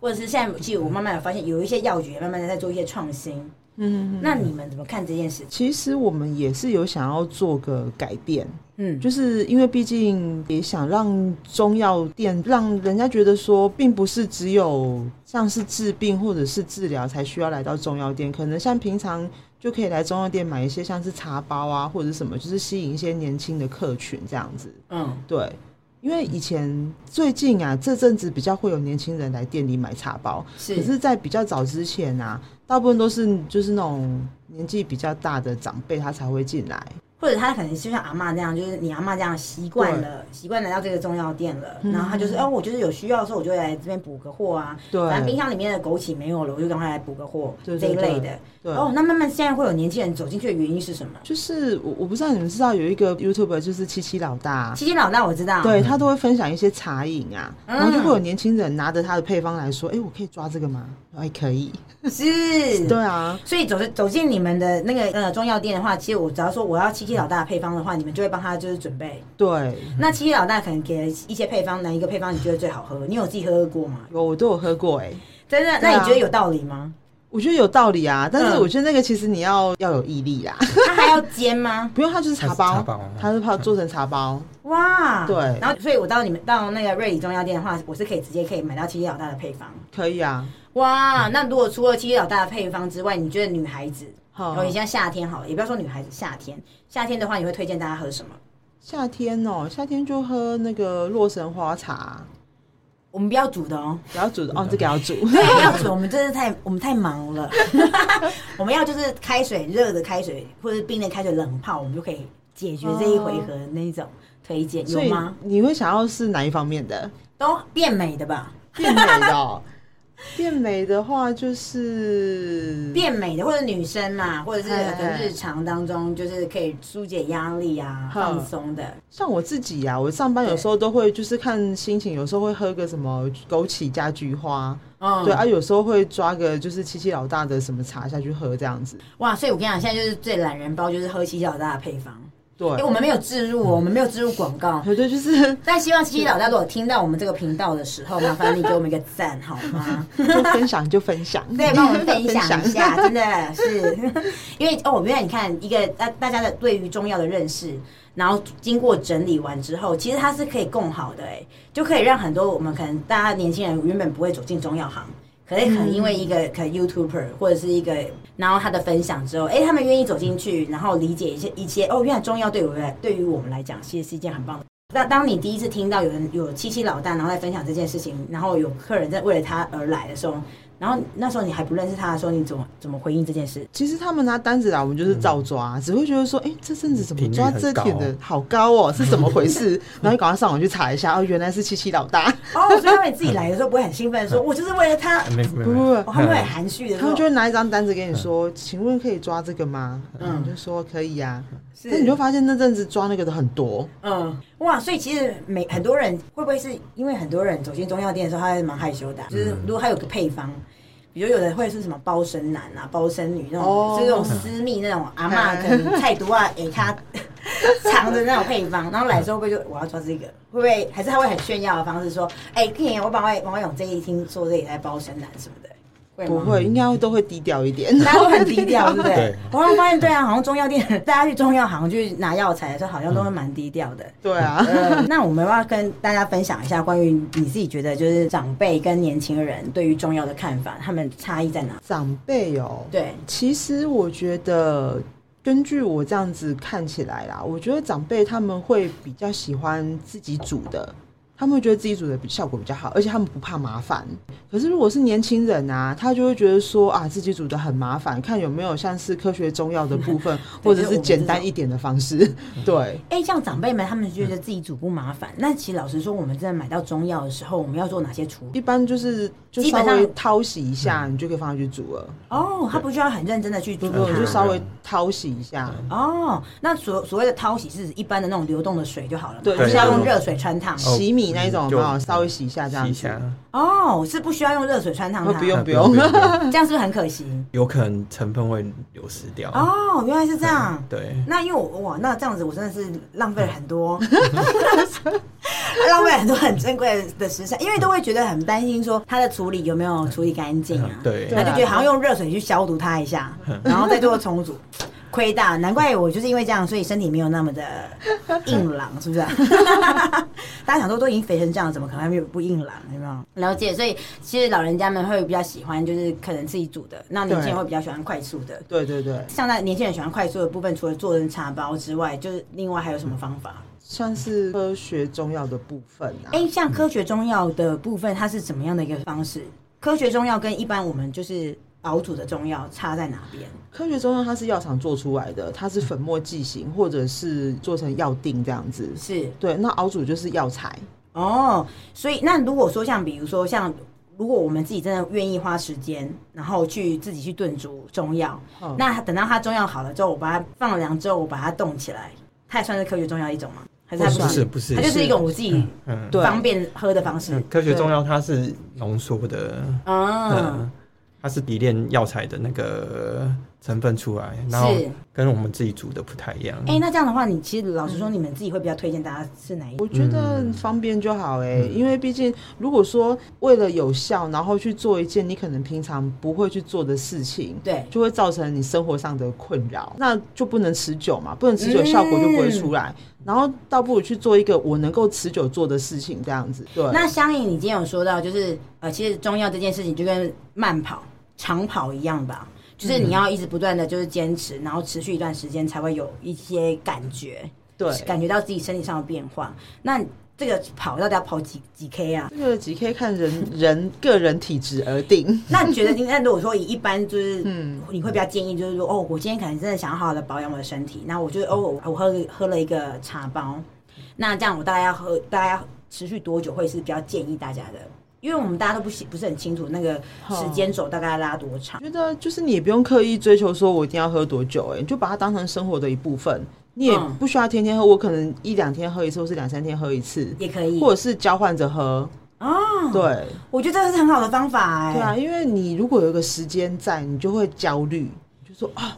Speaker 1: 或者是现在其实我慢慢有发现，有一些药局也慢慢的在做一些创新。嗯，那你们怎么看这件事情？
Speaker 2: 其实我们也是有想要做个改变，
Speaker 1: 嗯，
Speaker 2: 就是因为毕竟也想让中药店让人家觉得说，并不是只有像是治病或者是治疗才需要来到中药店，可能像平常就可以来中药店买一些像是茶包啊或者什么，就是吸引一些年轻的客群这样子。
Speaker 1: 嗯，
Speaker 2: 对，因为以前最近啊这阵子比较会有年轻人来店里买茶包，
Speaker 1: 是
Speaker 2: 可是，在比较早之前啊，大部分都是就是那种年纪比较大的长辈他才会进来。
Speaker 1: 或者他可能就像阿嬷那样，就是你阿嬷这样习惯了，习惯来到这个中药店了，
Speaker 2: 嗯
Speaker 1: 然后他就是，哦，我就是有需要的时候，我就来这边补个货啊，
Speaker 2: 对
Speaker 1: 反正冰箱里面的枸杞没有了，我就赶快来补个货，
Speaker 2: 对
Speaker 1: 这一
Speaker 2: 对
Speaker 1: 类的。
Speaker 2: 对，
Speaker 1: 哦，那慢慢现在会有年轻人走进去的原因是什么？
Speaker 2: 就是我我不知道你们知道有一个 YouTuber 就是七七老大。
Speaker 1: 七七老大我知道，
Speaker 2: 对他都会分享一些茶饮啊，然后就
Speaker 1: 嗯
Speaker 2: 会有年轻人拿着他的配方来说：“哎、我可以抓这个吗？”哎，可以。
Speaker 1: 是，
Speaker 2: 对啊，
Speaker 1: 所以走走进你们的那个呃中药店的话，其实我只要说我要七七老大的配方的话，你们就会帮他就是准备。
Speaker 2: 对，
Speaker 1: 那七七老大可能给了一些配方，哪一个配方你觉得最好喝？你有自己喝过吗？
Speaker 2: 有我都有喝过哎、
Speaker 1: 真的？那
Speaker 2: 对啊
Speaker 1: 你觉得有道理 吗？
Speaker 2: 我觉得有道理啊，但是
Speaker 1: 嗯
Speaker 2: 我觉得那个其实你要要有毅力啦，
Speaker 1: 它还要煎吗？
Speaker 2: 不用它就是
Speaker 3: 它
Speaker 2: 茶
Speaker 3: 是
Speaker 2: 包，
Speaker 3: 茶包
Speaker 2: 它是怕做成茶包，
Speaker 1: 哇，
Speaker 2: 对
Speaker 1: 然后，所以我到你们到那个瑞里中药店的话，我是可以直接可以买到七七老大的配方。
Speaker 2: 可以啊。
Speaker 1: 哇，那如果除了七七老大的配方之外，你觉得女孩子，
Speaker 2: 好
Speaker 1: 哦，你像夏天好了，也不要说女孩子，夏天，夏天的话，你会推荐大家喝什么？
Speaker 2: 夏天哦，夏天就喝那个洛神花茶，
Speaker 1: 我们不要煮的哦。
Speaker 2: 不要煮的哦，这个要煮。
Speaker 1: 对，不要煮，我们真的太我们太忙了。 我们要就是开水热的开水或者冰的开水冷泡，我们就可以解决这一回合那一种推荐，
Speaker 2: 所
Speaker 1: 有
Speaker 2: 以
Speaker 1: 吗？
Speaker 2: 你会想要是哪一方面的？
Speaker 1: 都变美的吧，
Speaker 2: 变美的、哦， 变美的话就是
Speaker 1: 变美的或者女生嘛，或者是
Speaker 2: 哎
Speaker 1: 可能日常当中就是可以疏解压力啊、
Speaker 2: 哼
Speaker 1: 放松的。
Speaker 2: 像我自己啊呀、我上班有时候都会就是看心情，有时候会喝个什么枸杞加菊花，
Speaker 1: 嗯，
Speaker 2: 对啊，有时候会抓个就是七七老大的什么茶下去喝这样子，
Speaker 1: 哇！所以我跟你讲，现在就是最懒人包，就是喝七七老大的配方。
Speaker 2: 对
Speaker 1: 因为，我们没有置入哦，我们没有置入广告，
Speaker 2: 对对，就是
Speaker 1: 但希望七七老大如果听到我们这个频道的时候，麻烦你给我们一个赞好吗？
Speaker 2: 就分享就分享，
Speaker 1: 对，帮我们 分享一下，真的是， 因为哦，原来你看一个大大家的对于中药的认识，然后经过整理完之后，其实它是可以共好的，哎，就可以让很多我们可能大家年轻人原本不会走进中药行。可是可能因为一个可能 YouTuber 或者是一个，然后他的分享之后，哎、他们愿意走进去，然后理解一些一些哦，原来中药对我来对于我们来讲，其实是一件很棒的。那当你第一次听到有人有七七老大，然后在分享这件事情，然后有客人在为了他而来的时候，然后那时候你还不认识他的时候，你怎么怎么回应这件事？
Speaker 2: 其实他们拿单子啊来，我们就是照抓，只会觉得说，哎、这阵子怎么
Speaker 3: 频率
Speaker 2: 抓
Speaker 3: 很
Speaker 2: 这点
Speaker 3: 高
Speaker 2: 的好高哦，是怎么回事？ 然后就赶快上网去查一下，哦，原来是七七老大，
Speaker 1: 哦，所以他们自己来的时候不会很兴奋， 说我就是为了他，
Speaker 3: 没有没有嗯
Speaker 2: 不
Speaker 3: 没
Speaker 2: 不
Speaker 3: 有，
Speaker 2: 不
Speaker 1: 哦、他们会很含蓄的，
Speaker 2: 他们就会拿一张单子给你说，请问可以抓这个吗？
Speaker 1: 嗯
Speaker 2: 嗯，你就说可以呀、
Speaker 1: 是
Speaker 2: 但你就发现那阵子抓那个的很多，
Speaker 1: 嗯，哇，所以其实每很多人会不会是因为很多人走进中药店的时候，他还是蛮害羞的啊、就是
Speaker 2: 嗯
Speaker 1: 如果他有个配方。比如有的会是什么包身男啊、包身女那种，
Speaker 2: 哦嗯
Speaker 1: 就是那种私密那种阿嬷跟菜毒啊、给 他藏的那种配方，然后来的时候会不会就我要抓这个，会不会还是他会很炫耀的方式说，哎、可以，我把外王勇这一听说这里在包身男什么的，会
Speaker 2: 不
Speaker 1: 吗？
Speaker 2: 会，应该都会低调一点，
Speaker 1: 嗯大家都 很低调，对不对
Speaker 3: 对？
Speaker 1: 我好像发现，对啊，好像中药店，大家去中药行去拿药材的时候，好像都会蛮低调的。
Speaker 2: 对啊，
Speaker 1: 呃， 那我们要不要跟大家分享一下关于你自己觉得就是长辈跟年轻人对于中药的看法，他们差异在哪？
Speaker 2: 长辈哦，
Speaker 1: 对，
Speaker 2: 其实我觉得，根据我这样子看起来啦，我觉得长辈他们会比较喜欢自己煮的，他们会觉得自己煮的比效果比较好，而且他们不怕麻烦。可是如果是年轻人啊，他就会觉得说啊，自己煮的很麻烦，看有没有像是科学中药的部 分，或者是简单一点的方式。对，
Speaker 1: 哎，像长辈们他们觉得自己煮不麻烦，那其实老实说，我们真的买到中药的时候，我们要做哪些处理？
Speaker 2: 一般就是就
Speaker 1: 基本
Speaker 2: 稍
Speaker 1: 上
Speaker 2: 微淘洗一下，
Speaker 3: 嗯
Speaker 2: 你就可以放下去煮了。
Speaker 1: 哦，他不需要很认真的去
Speaker 2: 不
Speaker 1: 煮
Speaker 2: 不，
Speaker 3: 嗯
Speaker 2: 你就
Speaker 1: 它。
Speaker 2: 稍微淘洗一下。
Speaker 1: 哦，那所所谓的淘洗是指一般的那种流动的水就好了嘛，
Speaker 2: 对
Speaker 1: 不是要
Speaker 3: 对
Speaker 1: 用热水穿烫。
Speaker 3: 哦
Speaker 2: 洗米那一种有没有？
Speaker 3: 就
Speaker 2: 稍微洗一下这样
Speaker 3: 一
Speaker 2: 子
Speaker 3: 下，，
Speaker 1: 哦，是不需要用热水穿烫它，
Speaker 2: 哦不用
Speaker 3: 啊用
Speaker 1: 这样是不是很可惜？
Speaker 3: 有可能成分会流失掉。
Speaker 1: 哦，原来是这样。
Speaker 3: 对，
Speaker 1: 那因为我哇，那这样子我真的是浪费了很多，浪费了很多很珍贵的时辰，因为都会觉得很担心说它的处理有没有处理干净啊
Speaker 3: 嗯，对
Speaker 1: 那就觉得好像用热水去消毒它一下，然后再做重组。亏大，难怪我就是因为这样，所以身体没有那么的硬朗，是不是、啊？ 大家想说都已经肥成这样，怎么可能还没有不硬朗？有没有了解？所以其实老人家们会比较喜欢，就是可能自己煮的，那年轻人
Speaker 2: 对
Speaker 1: 会比较喜欢快速的。
Speaker 2: 对对对。
Speaker 1: 像在年轻人喜欢快速的部分，除了做成茶包之外，就是另外还有什么方法？
Speaker 2: 算是科学中药的部分啊。
Speaker 3: 嗯
Speaker 1: 哎、像科学中药的部分，它是怎么样的一个方式？科学中药跟一般我们就是熬煮的中药差在哪边？
Speaker 2: 科学中药它是药厂做出来的，它是粉末剂型或者是做成药锭这样子。
Speaker 1: 是
Speaker 2: 对，那熬煮就是药材，
Speaker 1: 哦，所以那如果说像比如说像。如果我们自己真的愿意花时间，然后去自己去炖煮中药，
Speaker 3: 哦
Speaker 2: 嗯
Speaker 1: 那等到它中药好了之后，我把它放凉之后，我把它冻起来，它也算是科学中药一种吗？还是它
Speaker 3: 不
Speaker 1: 不
Speaker 3: 是
Speaker 1: 是？
Speaker 3: 不是
Speaker 1: 它，就是一种我自己
Speaker 3: 嗯，
Speaker 2: 对
Speaker 1: 方便喝的方式
Speaker 3: 嗯。科学中药它是浓缩的，
Speaker 1: 嗯，
Speaker 3: 嗯，它是提炼药材的那个成分出来，然后
Speaker 1: 是
Speaker 3: 跟我们自己煮的不太一样。
Speaker 1: 哎、那这样的话，你其实老实说，你们自己会比较推荐大家吃哪一
Speaker 2: 我觉得方便就好哎、因为毕竟如果说为了有效，然后去做一件你可能平常不会去做的事情，
Speaker 1: 对，
Speaker 2: 就会造成你生活上的困扰，那就不能持久嘛，不能持久效果就不会出来。
Speaker 1: 嗯
Speaker 2: 然后倒不如去做一个我能够持久做的事情，这样子。对，
Speaker 1: 那相应你今天有说到，就是呃，其实中药这件事情就跟慢跑、长跑一样吧，就是
Speaker 2: 嗯
Speaker 1: 你要一直不断的就是坚持，然后持续一段时间才会有一些感觉，
Speaker 2: 对，
Speaker 1: 感觉到自己身体上的变化。那这个跑到底要跑几几 K 啊？
Speaker 2: 这个几 K 看人人个人体质而定。
Speaker 1: 那你觉得你，那如果说以一般就是，
Speaker 2: 嗯
Speaker 1: 你会比较建议就是说，哦，我今天可能真的想要好好的保养我的身体，那我就哦，我我喝了喝了一个茶包，那这样我大概要喝，大概要持续多久会是比较建议大家的？因为我们大家都不喜不是很清楚那个时间轴大概拉多长
Speaker 2: 我，觉得就是你也不用刻意追求说我一定要喝多久、哎，你就把它当成生活的一部分，你也
Speaker 1: 嗯
Speaker 2: 不需要天天喝，我可能一两天喝一次，或是两三天喝一次，
Speaker 1: 也可以
Speaker 2: 或。者是交换着喝。
Speaker 1: 哦，
Speaker 2: 对，
Speaker 1: 我觉得这是很好的方法哎、
Speaker 2: 对啊，因为你如果有一个时间在，你就会焦虑，就说啊，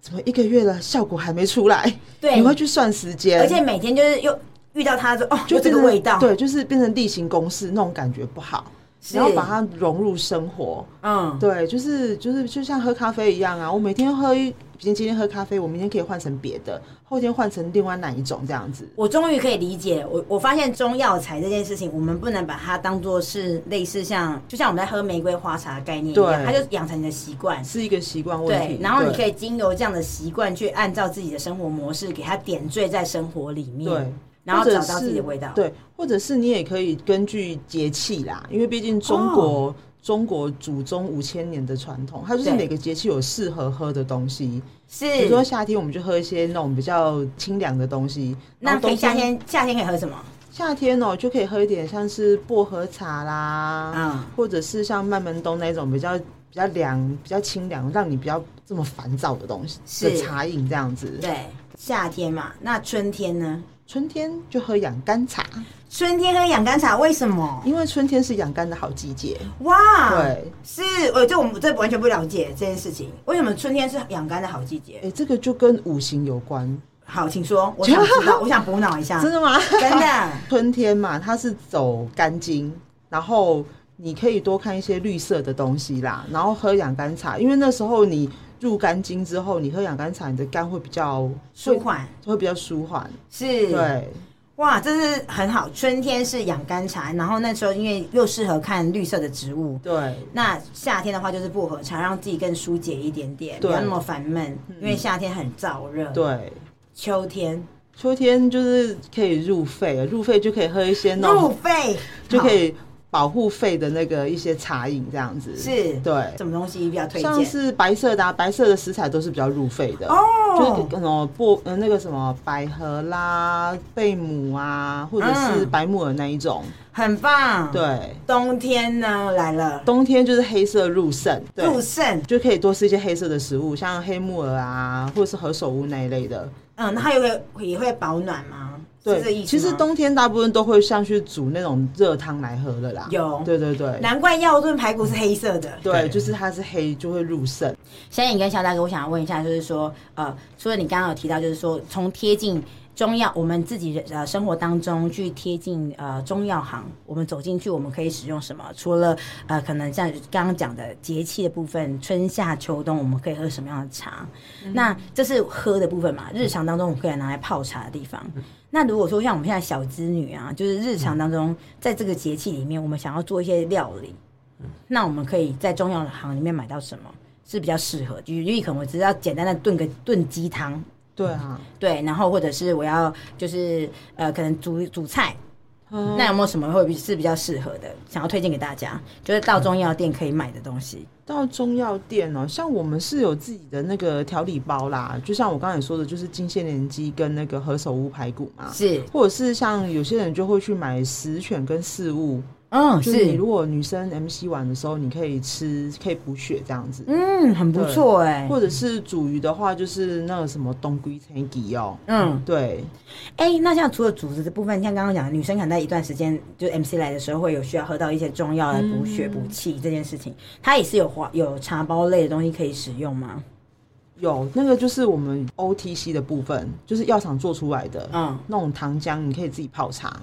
Speaker 2: 怎么一个月了效果还没出来？
Speaker 1: 对
Speaker 2: 你会去算时间，
Speaker 1: 而且每天就是又遇到它就哦，
Speaker 2: 就
Speaker 1: 有这
Speaker 2: 变
Speaker 1: 个
Speaker 2: 成
Speaker 1: 味道，，
Speaker 2: 对，就是变成例行公事那种感觉不好，
Speaker 1: 是
Speaker 2: 然后把它融入生活。
Speaker 1: 嗯，
Speaker 2: 对，就是就是就像喝咖啡一样啊，我每天喝一，今天今天喝咖啡，我明天可以换成别的，后天换成另外哪一种这样子。
Speaker 1: 我终于可以理解，我我发现中药材这件事情，我们不能把它当做是类似像，就像我们在喝玫瑰花茶的概念一样，
Speaker 2: 对
Speaker 1: 它就养成你的习惯。
Speaker 2: 是一个习惯问
Speaker 1: 对
Speaker 2: 题，，
Speaker 1: 然后你可
Speaker 2: 以
Speaker 1: 以经由这样的习惯去按照自己的生活模式，给它点缀在生活里面。
Speaker 2: 对，
Speaker 1: 然后
Speaker 2: 或
Speaker 1: 找
Speaker 2: 者
Speaker 1: 到自己的味道。
Speaker 2: 对，或者是你也可以根据节气啦，因为毕竟中国、中国祖宗五千年的传统，它就是
Speaker 1: 哦对
Speaker 2: 每个节气有适合喝的东西。比如说
Speaker 1: 是。
Speaker 2: 夏天，我们就喝一些那种比较清凉的东西。
Speaker 1: 那
Speaker 2: 然后冬
Speaker 1: 可以夏天夏天可以喝什么？
Speaker 2: 夏天哦、就可以喝一点像是薄荷茶啦，
Speaker 1: 嗯
Speaker 2: 或者是像麦门冬那种比较比较凉、比较清凉，让你比较这么烦躁的东西
Speaker 1: 是
Speaker 2: 的茶饮这样子。
Speaker 1: 对，夏天嘛。那春天呢？
Speaker 2: 春天就喝养肝茶，
Speaker 1: 春天喝养肝茶，为什么？
Speaker 2: 因为春天是养肝的好季节。
Speaker 1: 哇，，
Speaker 2: 对，
Speaker 1: 是，我这我们这完全不了解这件事情。为什么春天是养肝的好季节
Speaker 2: 哎、？这个就跟五行有关，
Speaker 1: 好，请说，我想 知道，我想补脑一下，
Speaker 2: 真的吗？
Speaker 1: 真的
Speaker 2: 春天嘛，它是走肝经，然后你可以多看一些绿色的东西啦，然后喝养肝茶，因为那时候你入肝经之后，你喝养肝茶，你的肝会比较
Speaker 1: 舒，缓
Speaker 2: 会会比较舒缓。
Speaker 1: 是，
Speaker 2: 对，
Speaker 1: 哇，这是很好。春天是养肝茶，然后那时候因为又适合看绿色的植物。
Speaker 2: 对，
Speaker 1: 那夏天的话就是薄荷茶，让自己更疏解一点点，不
Speaker 2: 对嗯
Speaker 1: 要那么烦闷，因为夏天很燥热。，
Speaker 2: 对。
Speaker 1: 秋天
Speaker 2: 秋天就是可以入肺，入肺就可以喝一些那
Speaker 1: 入
Speaker 2: 种，
Speaker 1: 肺
Speaker 2: 就可
Speaker 1: 好
Speaker 2: 以保护肺的那个一些茶饮这样子。
Speaker 1: 是
Speaker 2: 对，
Speaker 1: 什么东西比较推
Speaker 2: 像
Speaker 1: 荐？
Speaker 2: 是白色的、啊，白色的食材都是比较入肺的哦，就是什么薄呃那个什么百合啦、贝母啊，或者是
Speaker 1: 嗯
Speaker 2: 白木耳那一种。
Speaker 1: 很棒。，
Speaker 2: 对，
Speaker 1: 冬天呢来了，
Speaker 2: 冬天就是黑色入肾，对，
Speaker 1: 入肾。
Speaker 2: 就可以多吃一些黑色的食物，像黑木耳啊，或者是何首乌那一类的。
Speaker 1: 嗯，那它有个也会保暖吗？是这意思
Speaker 2: 对，其实
Speaker 1: 吗
Speaker 2: 冬天大部分都会像去煮那种热汤来喝的啦。
Speaker 1: 有
Speaker 2: 对对对，
Speaker 1: 难怪药炖排骨是黑色的。
Speaker 2: 对，
Speaker 3: 对
Speaker 2: 就是它是黑就会入肾。
Speaker 1: 小颖跟肖大哥，我想要问一下，就是说，呃，除了你刚刚有提到，就是说从贴近中药，我们自己的呃生活当中去贴近呃中药行，我们走进去，我们可以使用什么？除了呃，可能像刚刚讲的节气的部分，春夏秋冬，我们可以喝什么样的茶？那这是喝的部分嘛？日常当中我们可以拿来泡茶的地方。那如果说像我们现在小资女啊，就是日常当中在这个节气里面，我们想要做一些料理，那我们可以在中药行里面买到什么是比较适合？举例，可能我只要简单的炖个炖鸡汤，
Speaker 2: 对啊，
Speaker 1: 对，然后或者是我要就是呃，可能煮煮菜，
Speaker 2: 嗯
Speaker 1: 那有没有什么会比是比较适合的？想要推荐给大家，就是到中药店可以买的东西。
Speaker 2: 到中药店哦，像我们是有自己的那个调理包啦，就像我刚才说的，就是金线莲鸡跟那个何首乌排骨嘛，
Speaker 1: 是，
Speaker 2: 或者是像有些人就会去买十全跟四物，
Speaker 1: 嗯，
Speaker 2: 就是你
Speaker 1: 是
Speaker 2: 如，果女生 MC 完的时候，你可以吃，可以补血这样子，
Speaker 1: 嗯，很不错哎、
Speaker 2: 或者是煮鱼的话，就是那个什么冬菇菜鸡哦，
Speaker 1: 嗯，
Speaker 2: 对，
Speaker 1: 哎、那像除了组织的部分，像刚刚讲的，女生可能在一段时间，就 MC 来的时候会有需要喝到一些中药来补血
Speaker 2: 嗯
Speaker 1: 补气这件事情，它也是有花有茶包类的东西可以使用吗？
Speaker 2: 有那个就是我们 OTC 的部分，就是药厂做出来的。
Speaker 1: 嗯，
Speaker 2: 那种糖浆你可以自己泡茶，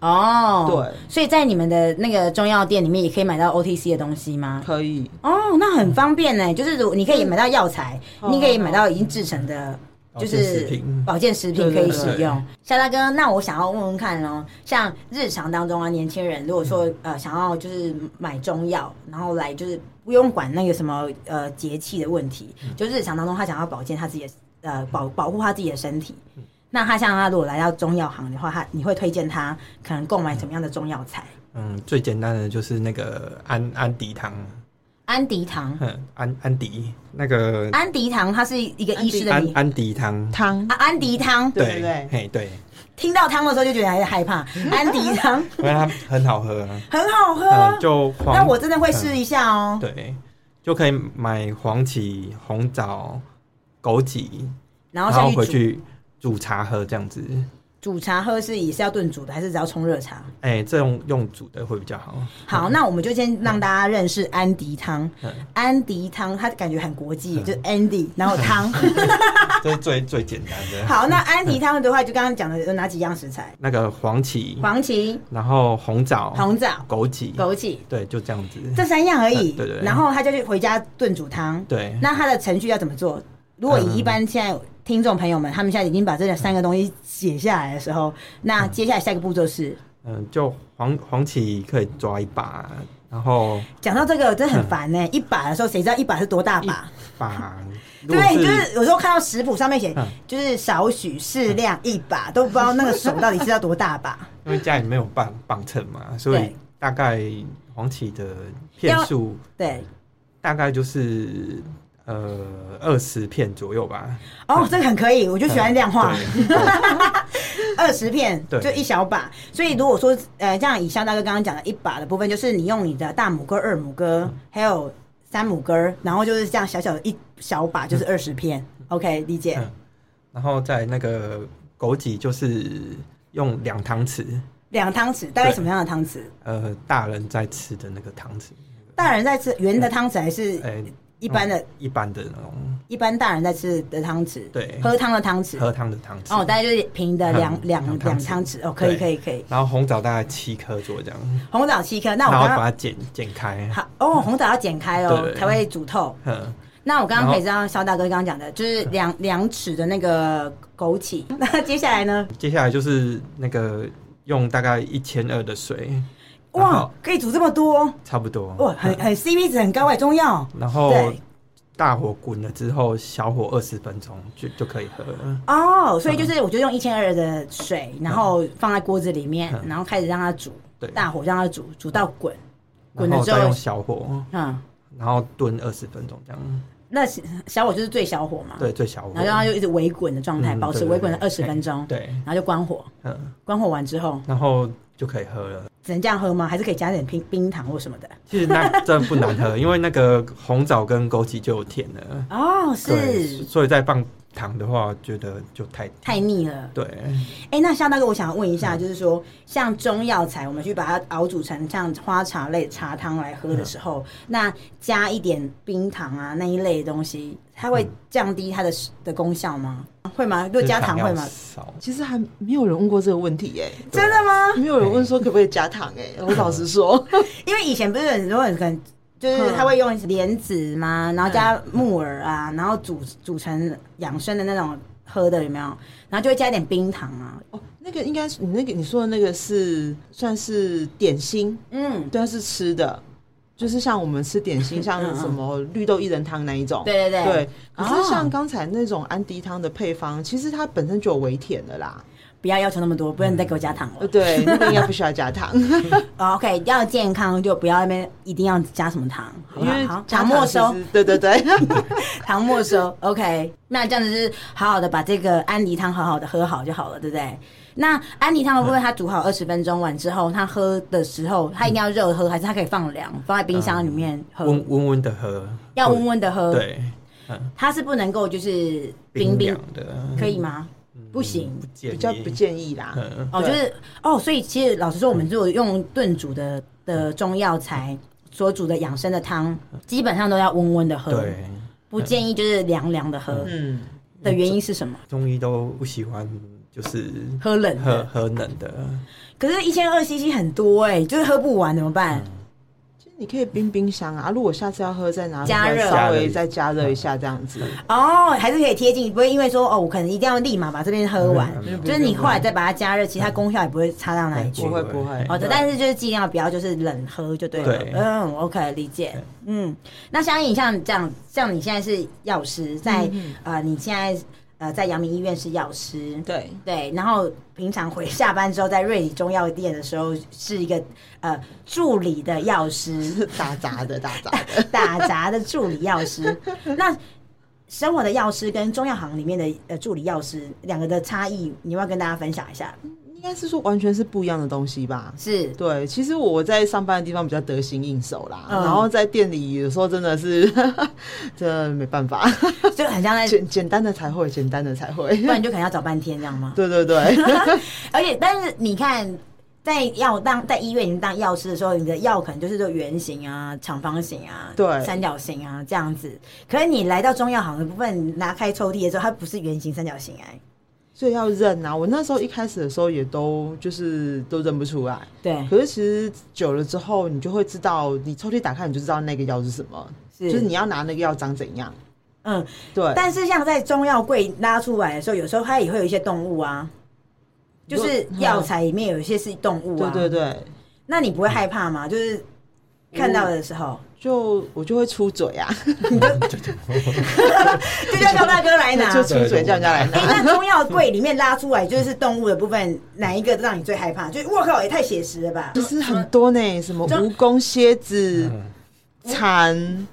Speaker 1: 哦，
Speaker 2: 对，
Speaker 1: 所以在你们的那个中药店里面也可以买到 OTC 的东西吗？
Speaker 2: 可以。
Speaker 1: 哦，那很方便呢，就是如你可以买到药材，
Speaker 2: 嗯
Speaker 1: 你可以买到已经制成的。
Speaker 3: 保
Speaker 1: 就
Speaker 3: 健食
Speaker 1: 是
Speaker 3: 品嗯
Speaker 1: 保健食品可以使
Speaker 3: 对对
Speaker 1: 用，夏大哥，那我想要问问看哦，像日常当中啊，年轻人如果说
Speaker 3: 嗯
Speaker 1: 呃想要就是买中药，然后来就是不用管那个什么呃节气的问题，
Speaker 3: 嗯
Speaker 1: 就日常当中他想要保健他自己的呃保保护他自己的身体，
Speaker 3: 嗯
Speaker 1: 那他像他如果来到中药行的话，他你会推荐他可能购买什么样的中药材？
Speaker 3: 嗯，最简单的就是那个安安迪汤，
Speaker 1: 安迪堂，
Speaker 3: 嗯，安安迪那个
Speaker 1: 安迪堂，它是一个医师的
Speaker 3: 安
Speaker 1: 名。
Speaker 3: 安迪嗯汤，
Speaker 2: 汤
Speaker 1: 啊，安迪汤，
Speaker 2: 对对对
Speaker 3: 嘿对，
Speaker 1: 听到汤的时候就觉得还害怕。
Speaker 3: 嗯
Speaker 1: 安迪汤
Speaker 3: 因为它很好 喝啊，
Speaker 1: 很好喝，
Speaker 3: 嗯，就黄，
Speaker 1: 那我真的会试一下哦。
Speaker 3: 对，就可以买黄芪、红枣、枸杞，
Speaker 1: 然后
Speaker 3: 然
Speaker 1: 下
Speaker 3: 后回
Speaker 1: 去
Speaker 3: 去煮茶喝这样子。
Speaker 1: 煮煮茶喝是也是要炖煮的，还是只要冲热茶？
Speaker 3: 哎、这种用煮的会比 较好。
Speaker 1: 好，那我们就先让大家认识安迪汤。
Speaker 3: 嗯
Speaker 1: 安迪汤，它感觉很国际，就是 Andy，然后 汤。
Speaker 3: 这是最最简单的。
Speaker 1: 好，那安迪汤的话，就刚刚讲的有哪几样食材？
Speaker 3: 那个黄芪，
Speaker 1: 黄芪、
Speaker 3: 然后红枣、
Speaker 1: 红枣、
Speaker 3: 枸杞，
Speaker 1: 枸杞，
Speaker 3: 对，就这样子。
Speaker 1: 这三样而已。
Speaker 3: 嗯嗯对对对
Speaker 1: 然后他就去回家炖煮汤。
Speaker 3: 对，嗯
Speaker 1: 那它的程序要怎么做？如果以一般现在听众朋友们，他们现在已经把这三个东西写下来的时候，那接下来下一个步骤是，
Speaker 3: 嗯，就黄黄芪可以抓一把，然后
Speaker 1: 欸
Speaker 3: 嗯
Speaker 1: 讲到这个真的很烦呢、一把的时候，谁知道一把是多大把？
Speaker 3: 把如果
Speaker 1: 对，
Speaker 3: 是
Speaker 1: 就是有时候看到食谱上面写
Speaker 3: 嗯，
Speaker 1: 就是少许、适量、一把，都不知道那个手到底是要多大把，
Speaker 3: 因为家里没有磅磅秤嘛，所以
Speaker 1: 对
Speaker 3: 大概黄芪的片数
Speaker 1: 对，
Speaker 3: 大概就是呃二十片左右吧。
Speaker 1: 哦，这个很可以，我就喜欢量化，
Speaker 3: 对对
Speaker 1: 二十片
Speaker 3: 嗯对
Speaker 1: 就一小把。所以如果说呃，这样以肖大哥刚刚讲的一把的部分，就是你用你的大拇哥、二拇哥，
Speaker 3: 嗯
Speaker 1: 还有三拇哥，然后就是这样小小的一小把，就是二十片。OK，理解。
Speaker 3: 嗯然后在那个枸杞就是用两汤匙，
Speaker 1: 两汤匙，大概什么样的汤匙？
Speaker 3: 呃，大人在吃的那个汤匙，
Speaker 1: 大人在吃圆的汤匙还是
Speaker 3: 哎、
Speaker 1: 一般的？
Speaker 3: 一般的那种
Speaker 1: 一般大人在吃的汤匙，
Speaker 3: 对
Speaker 1: 喝汤的汤匙，
Speaker 3: 喝汤的汤匙。
Speaker 1: 哦，大概就是平的
Speaker 3: 嗯
Speaker 1: 两两
Speaker 3: 两
Speaker 1: 两
Speaker 3: 汤匙
Speaker 1: 汤匙，哦，可以
Speaker 3: 对
Speaker 1: 可以可以，
Speaker 3: 然后红枣大概七颗左右这样，
Speaker 1: 红枣七颗，那
Speaker 3: 然
Speaker 1: 我
Speaker 3: 后
Speaker 1: 刚
Speaker 3: 把
Speaker 1: 刚
Speaker 3: 它剪剪开，
Speaker 1: 好哦，红枣要剪开哦
Speaker 3: 对，
Speaker 1: 才会煮透。
Speaker 3: 嗯，
Speaker 1: 那我刚刚
Speaker 3: 然后嗯
Speaker 1: 可以知道肖大哥刚刚讲的就是两两尺的那个枸杞， 那接下来呢？
Speaker 3: 接下来就是那个用大概一千二的水，然
Speaker 1: 哇
Speaker 3: 后，哦
Speaker 1: 可以煮这么多，
Speaker 3: 差不多，
Speaker 1: 哇，很很 CP 值很
Speaker 3: 嗯
Speaker 1: 高哎，中药。
Speaker 3: 然后
Speaker 1: 对
Speaker 3: 大火滚了之后，小火二十分钟就就可以喝了。
Speaker 1: 哦，所以
Speaker 3: 嗯
Speaker 1: 就是我就用一千二的水，然后放在锅子里面，
Speaker 3: 嗯
Speaker 1: 然后开始让它煮，
Speaker 3: 对嗯
Speaker 1: 大火让它煮，煮到滚，滚了
Speaker 3: 然后
Speaker 1: 之
Speaker 3: 再
Speaker 1: 后
Speaker 3: 用，小火，
Speaker 1: 嗯，
Speaker 3: 然后炖二十分钟这样。
Speaker 1: 那小小火就是最小火嘛，
Speaker 3: 对，最小火。
Speaker 1: 然后让它就一直微滚的状态，
Speaker 3: 嗯
Speaker 1: 保持
Speaker 3: 对
Speaker 1: 微滚的二
Speaker 3: 对
Speaker 1: 十
Speaker 3: 对
Speaker 1: 分钟，
Speaker 3: 对，
Speaker 1: 然后就关火，
Speaker 3: 嗯，
Speaker 1: 关火完之后
Speaker 3: 然后就可以喝了。
Speaker 1: 只能这样喝吗？还是可以加点冰冰糖或什么的？
Speaker 3: 其实那真的不难喝，因 为那个红枣跟枸杞就有甜了。
Speaker 1: 哦，
Speaker 3: 对，
Speaker 1: 是
Speaker 3: 所以再放糖的话，觉得就太
Speaker 1: 太腻了。
Speaker 3: 对。
Speaker 1: 哎、那夏大哥，我想问一
Speaker 3: 嗯
Speaker 1: 下，就是说，像中药材，我们去把它熬煮成像花茶类茶汤来喝
Speaker 3: 嗯
Speaker 1: 的时候，那加一点冰糖啊那一类的东西，它会
Speaker 3: 嗯
Speaker 1: 降低它的、的功效吗？会吗？如果加糖会
Speaker 3: 要
Speaker 1: 吗？
Speaker 3: 少。
Speaker 2: 其实还没有人问过这个问题耶、
Speaker 1: 真的吗？
Speaker 2: 没有人问说可不可以加糖哎、我老实说，
Speaker 1: 因为以前不是很多人可能就是
Speaker 2: 嗯
Speaker 1: 他会用莲子嘛，然后加木耳啊，然后煮煮成养生的那种喝的，有没有？然后就会加一点冰糖啊，
Speaker 2: 哦，那个应该是你那个你说的那个是算是点心，
Speaker 1: 嗯，
Speaker 2: 对，它是吃的，就是像我们吃点心，像
Speaker 1: 嗯嗯
Speaker 2: 什么绿豆薏仁汤那一种。
Speaker 1: 对对对，
Speaker 2: 对，可是
Speaker 1: 哦
Speaker 2: 像刚才那种安迪汤的配方，其实它本身就有微甜的啦。
Speaker 1: 不要要求那么多，不然你再给我加糖了
Speaker 2: 呃，。对，那个应该不需要加糖，
Speaker 1: 哦 OK，要健康就不要那边一定要加什么糖，好
Speaker 2: 因
Speaker 1: 不好
Speaker 2: 为
Speaker 1: 好，
Speaker 2: 加
Speaker 1: 糖没收
Speaker 2: 其，实。对对对，
Speaker 1: 糖没收。OK，那这样子就是好好的把这个安妮汤好好的喝好就好了，对不对？那安妮汤的部分，它煮好二十分钟完之后，它喝的时候，它一定要热喝，还是它可以放凉，放在冰箱里面喝？
Speaker 3: 温温温的喝，
Speaker 1: 要温温的喝，
Speaker 3: 嗯对，嗯，
Speaker 1: 它是不能够就是冰冰，
Speaker 3: 凉的嗯
Speaker 1: 可以吗？不行
Speaker 3: 不建议，
Speaker 2: 比较不建议啦。
Speaker 3: 嗯，
Speaker 1: 哦，
Speaker 2: 对
Speaker 1: 就是哦，所以其实老实说，我们如果用炖煮的的中药材所煮的养生的汤，基本上都要温温的喝，
Speaker 3: 嗯对，
Speaker 1: 不建议就是凉凉的喝。
Speaker 2: 嗯，
Speaker 1: 的原因是什么？
Speaker 3: 中医都不喜欢就是
Speaker 1: 喝冷
Speaker 3: 喝
Speaker 1: 的，
Speaker 3: 喝冷的，
Speaker 1: 可是一千二 CC 很多哎、就是喝不完怎么
Speaker 3: 嗯
Speaker 1: 办？
Speaker 2: 其实你可以冰冰箱啊，啊如果下次要喝再拿
Speaker 1: 加
Speaker 2: 出来
Speaker 1: 热
Speaker 2: 稍微再加热一下这样子。
Speaker 1: 哦，还是可以贴近，不会因为说哦，我可能一定要立马把这边喝完，
Speaker 3: 嗯 嗯
Speaker 1: 就是你后来再把它加热，其他功效也不会差到哪里去
Speaker 2: 不。会不会
Speaker 1: 好的，
Speaker 2: 对
Speaker 1: 但是就是尽量不要就是冷喝就对了。
Speaker 3: 对
Speaker 1: 嗯，OK，理解
Speaker 3: 对。
Speaker 1: 嗯，那相应像这样，像你现在是药师，在、
Speaker 3: 嗯
Speaker 1: 呃，你现在呃在阳明医院是药师，
Speaker 2: 对，
Speaker 1: 对，然后平常回下班之后，在瑞里中药店的时候是一个呃助理的药师，
Speaker 2: 是打杂的打杂的。
Speaker 1: 打杂的助理药师。那生活的药师跟中药行里面的呃助理药师两个的差异，你要不要跟大家分享一下？
Speaker 2: 应该是说完全是不一样的东西吧。
Speaker 1: 是
Speaker 2: 对，其实我在上班的地方比较得心应手啦，
Speaker 1: 嗯
Speaker 2: 然后在店里有时候真的是， 真的没办法，
Speaker 1: 就很像在，
Speaker 2: 简简单的才会，简单的才会
Speaker 1: 不。然就可能要找半天，这样吗？
Speaker 2: 对对对，
Speaker 1: 而且，但是你看，在药当在医院里面当药师的时候，你的药可能就是这个圆形啊、长方形啊、
Speaker 2: 对
Speaker 1: 三角形啊这样子。可是你来到中药行的部分，你拿开抽屉的时候，它不是圆形、三角形哎、
Speaker 2: 所以要认啊。我那时候一开始的时候也都就是都认不出来，
Speaker 1: 对，
Speaker 2: 可是其实久了之后，你就会知道，你抽屉打开你就知道那个药是什么，
Speaker 1: 是
Speaker 2: 就是你要拿那个药长怎样。
Speaker 1: 嗯。
Speaker 2: 对，
Speaker 1: 但是像在中药柜拉出来的时候，有时候它也会有一些动物啊，
Speaker 2: 你
Speaker 1: 就
Speaker 2: 说
Speaker 1: 是药材里面有一些是动物啊。
Speaker 2: 嗯对对对，
Speaker 1: 那你不会害怕吗？就是看到的时候，
Speaker 2: 就我就会出嘴啊，
Speaker 1: 就叫高大哥来拿。
Speaker 2: 就出嘴叫人家来拿。
Speaker 1: 哎、那中药柜里面拉出来就是动物的部分，哪一个让你最害怕？就是我靠，也太写实了吧
Speaker 2: 其！实很多呢，什么蜈蚣、蝎子、
Speaker 3: 嗯
Speaker 2: 蚕，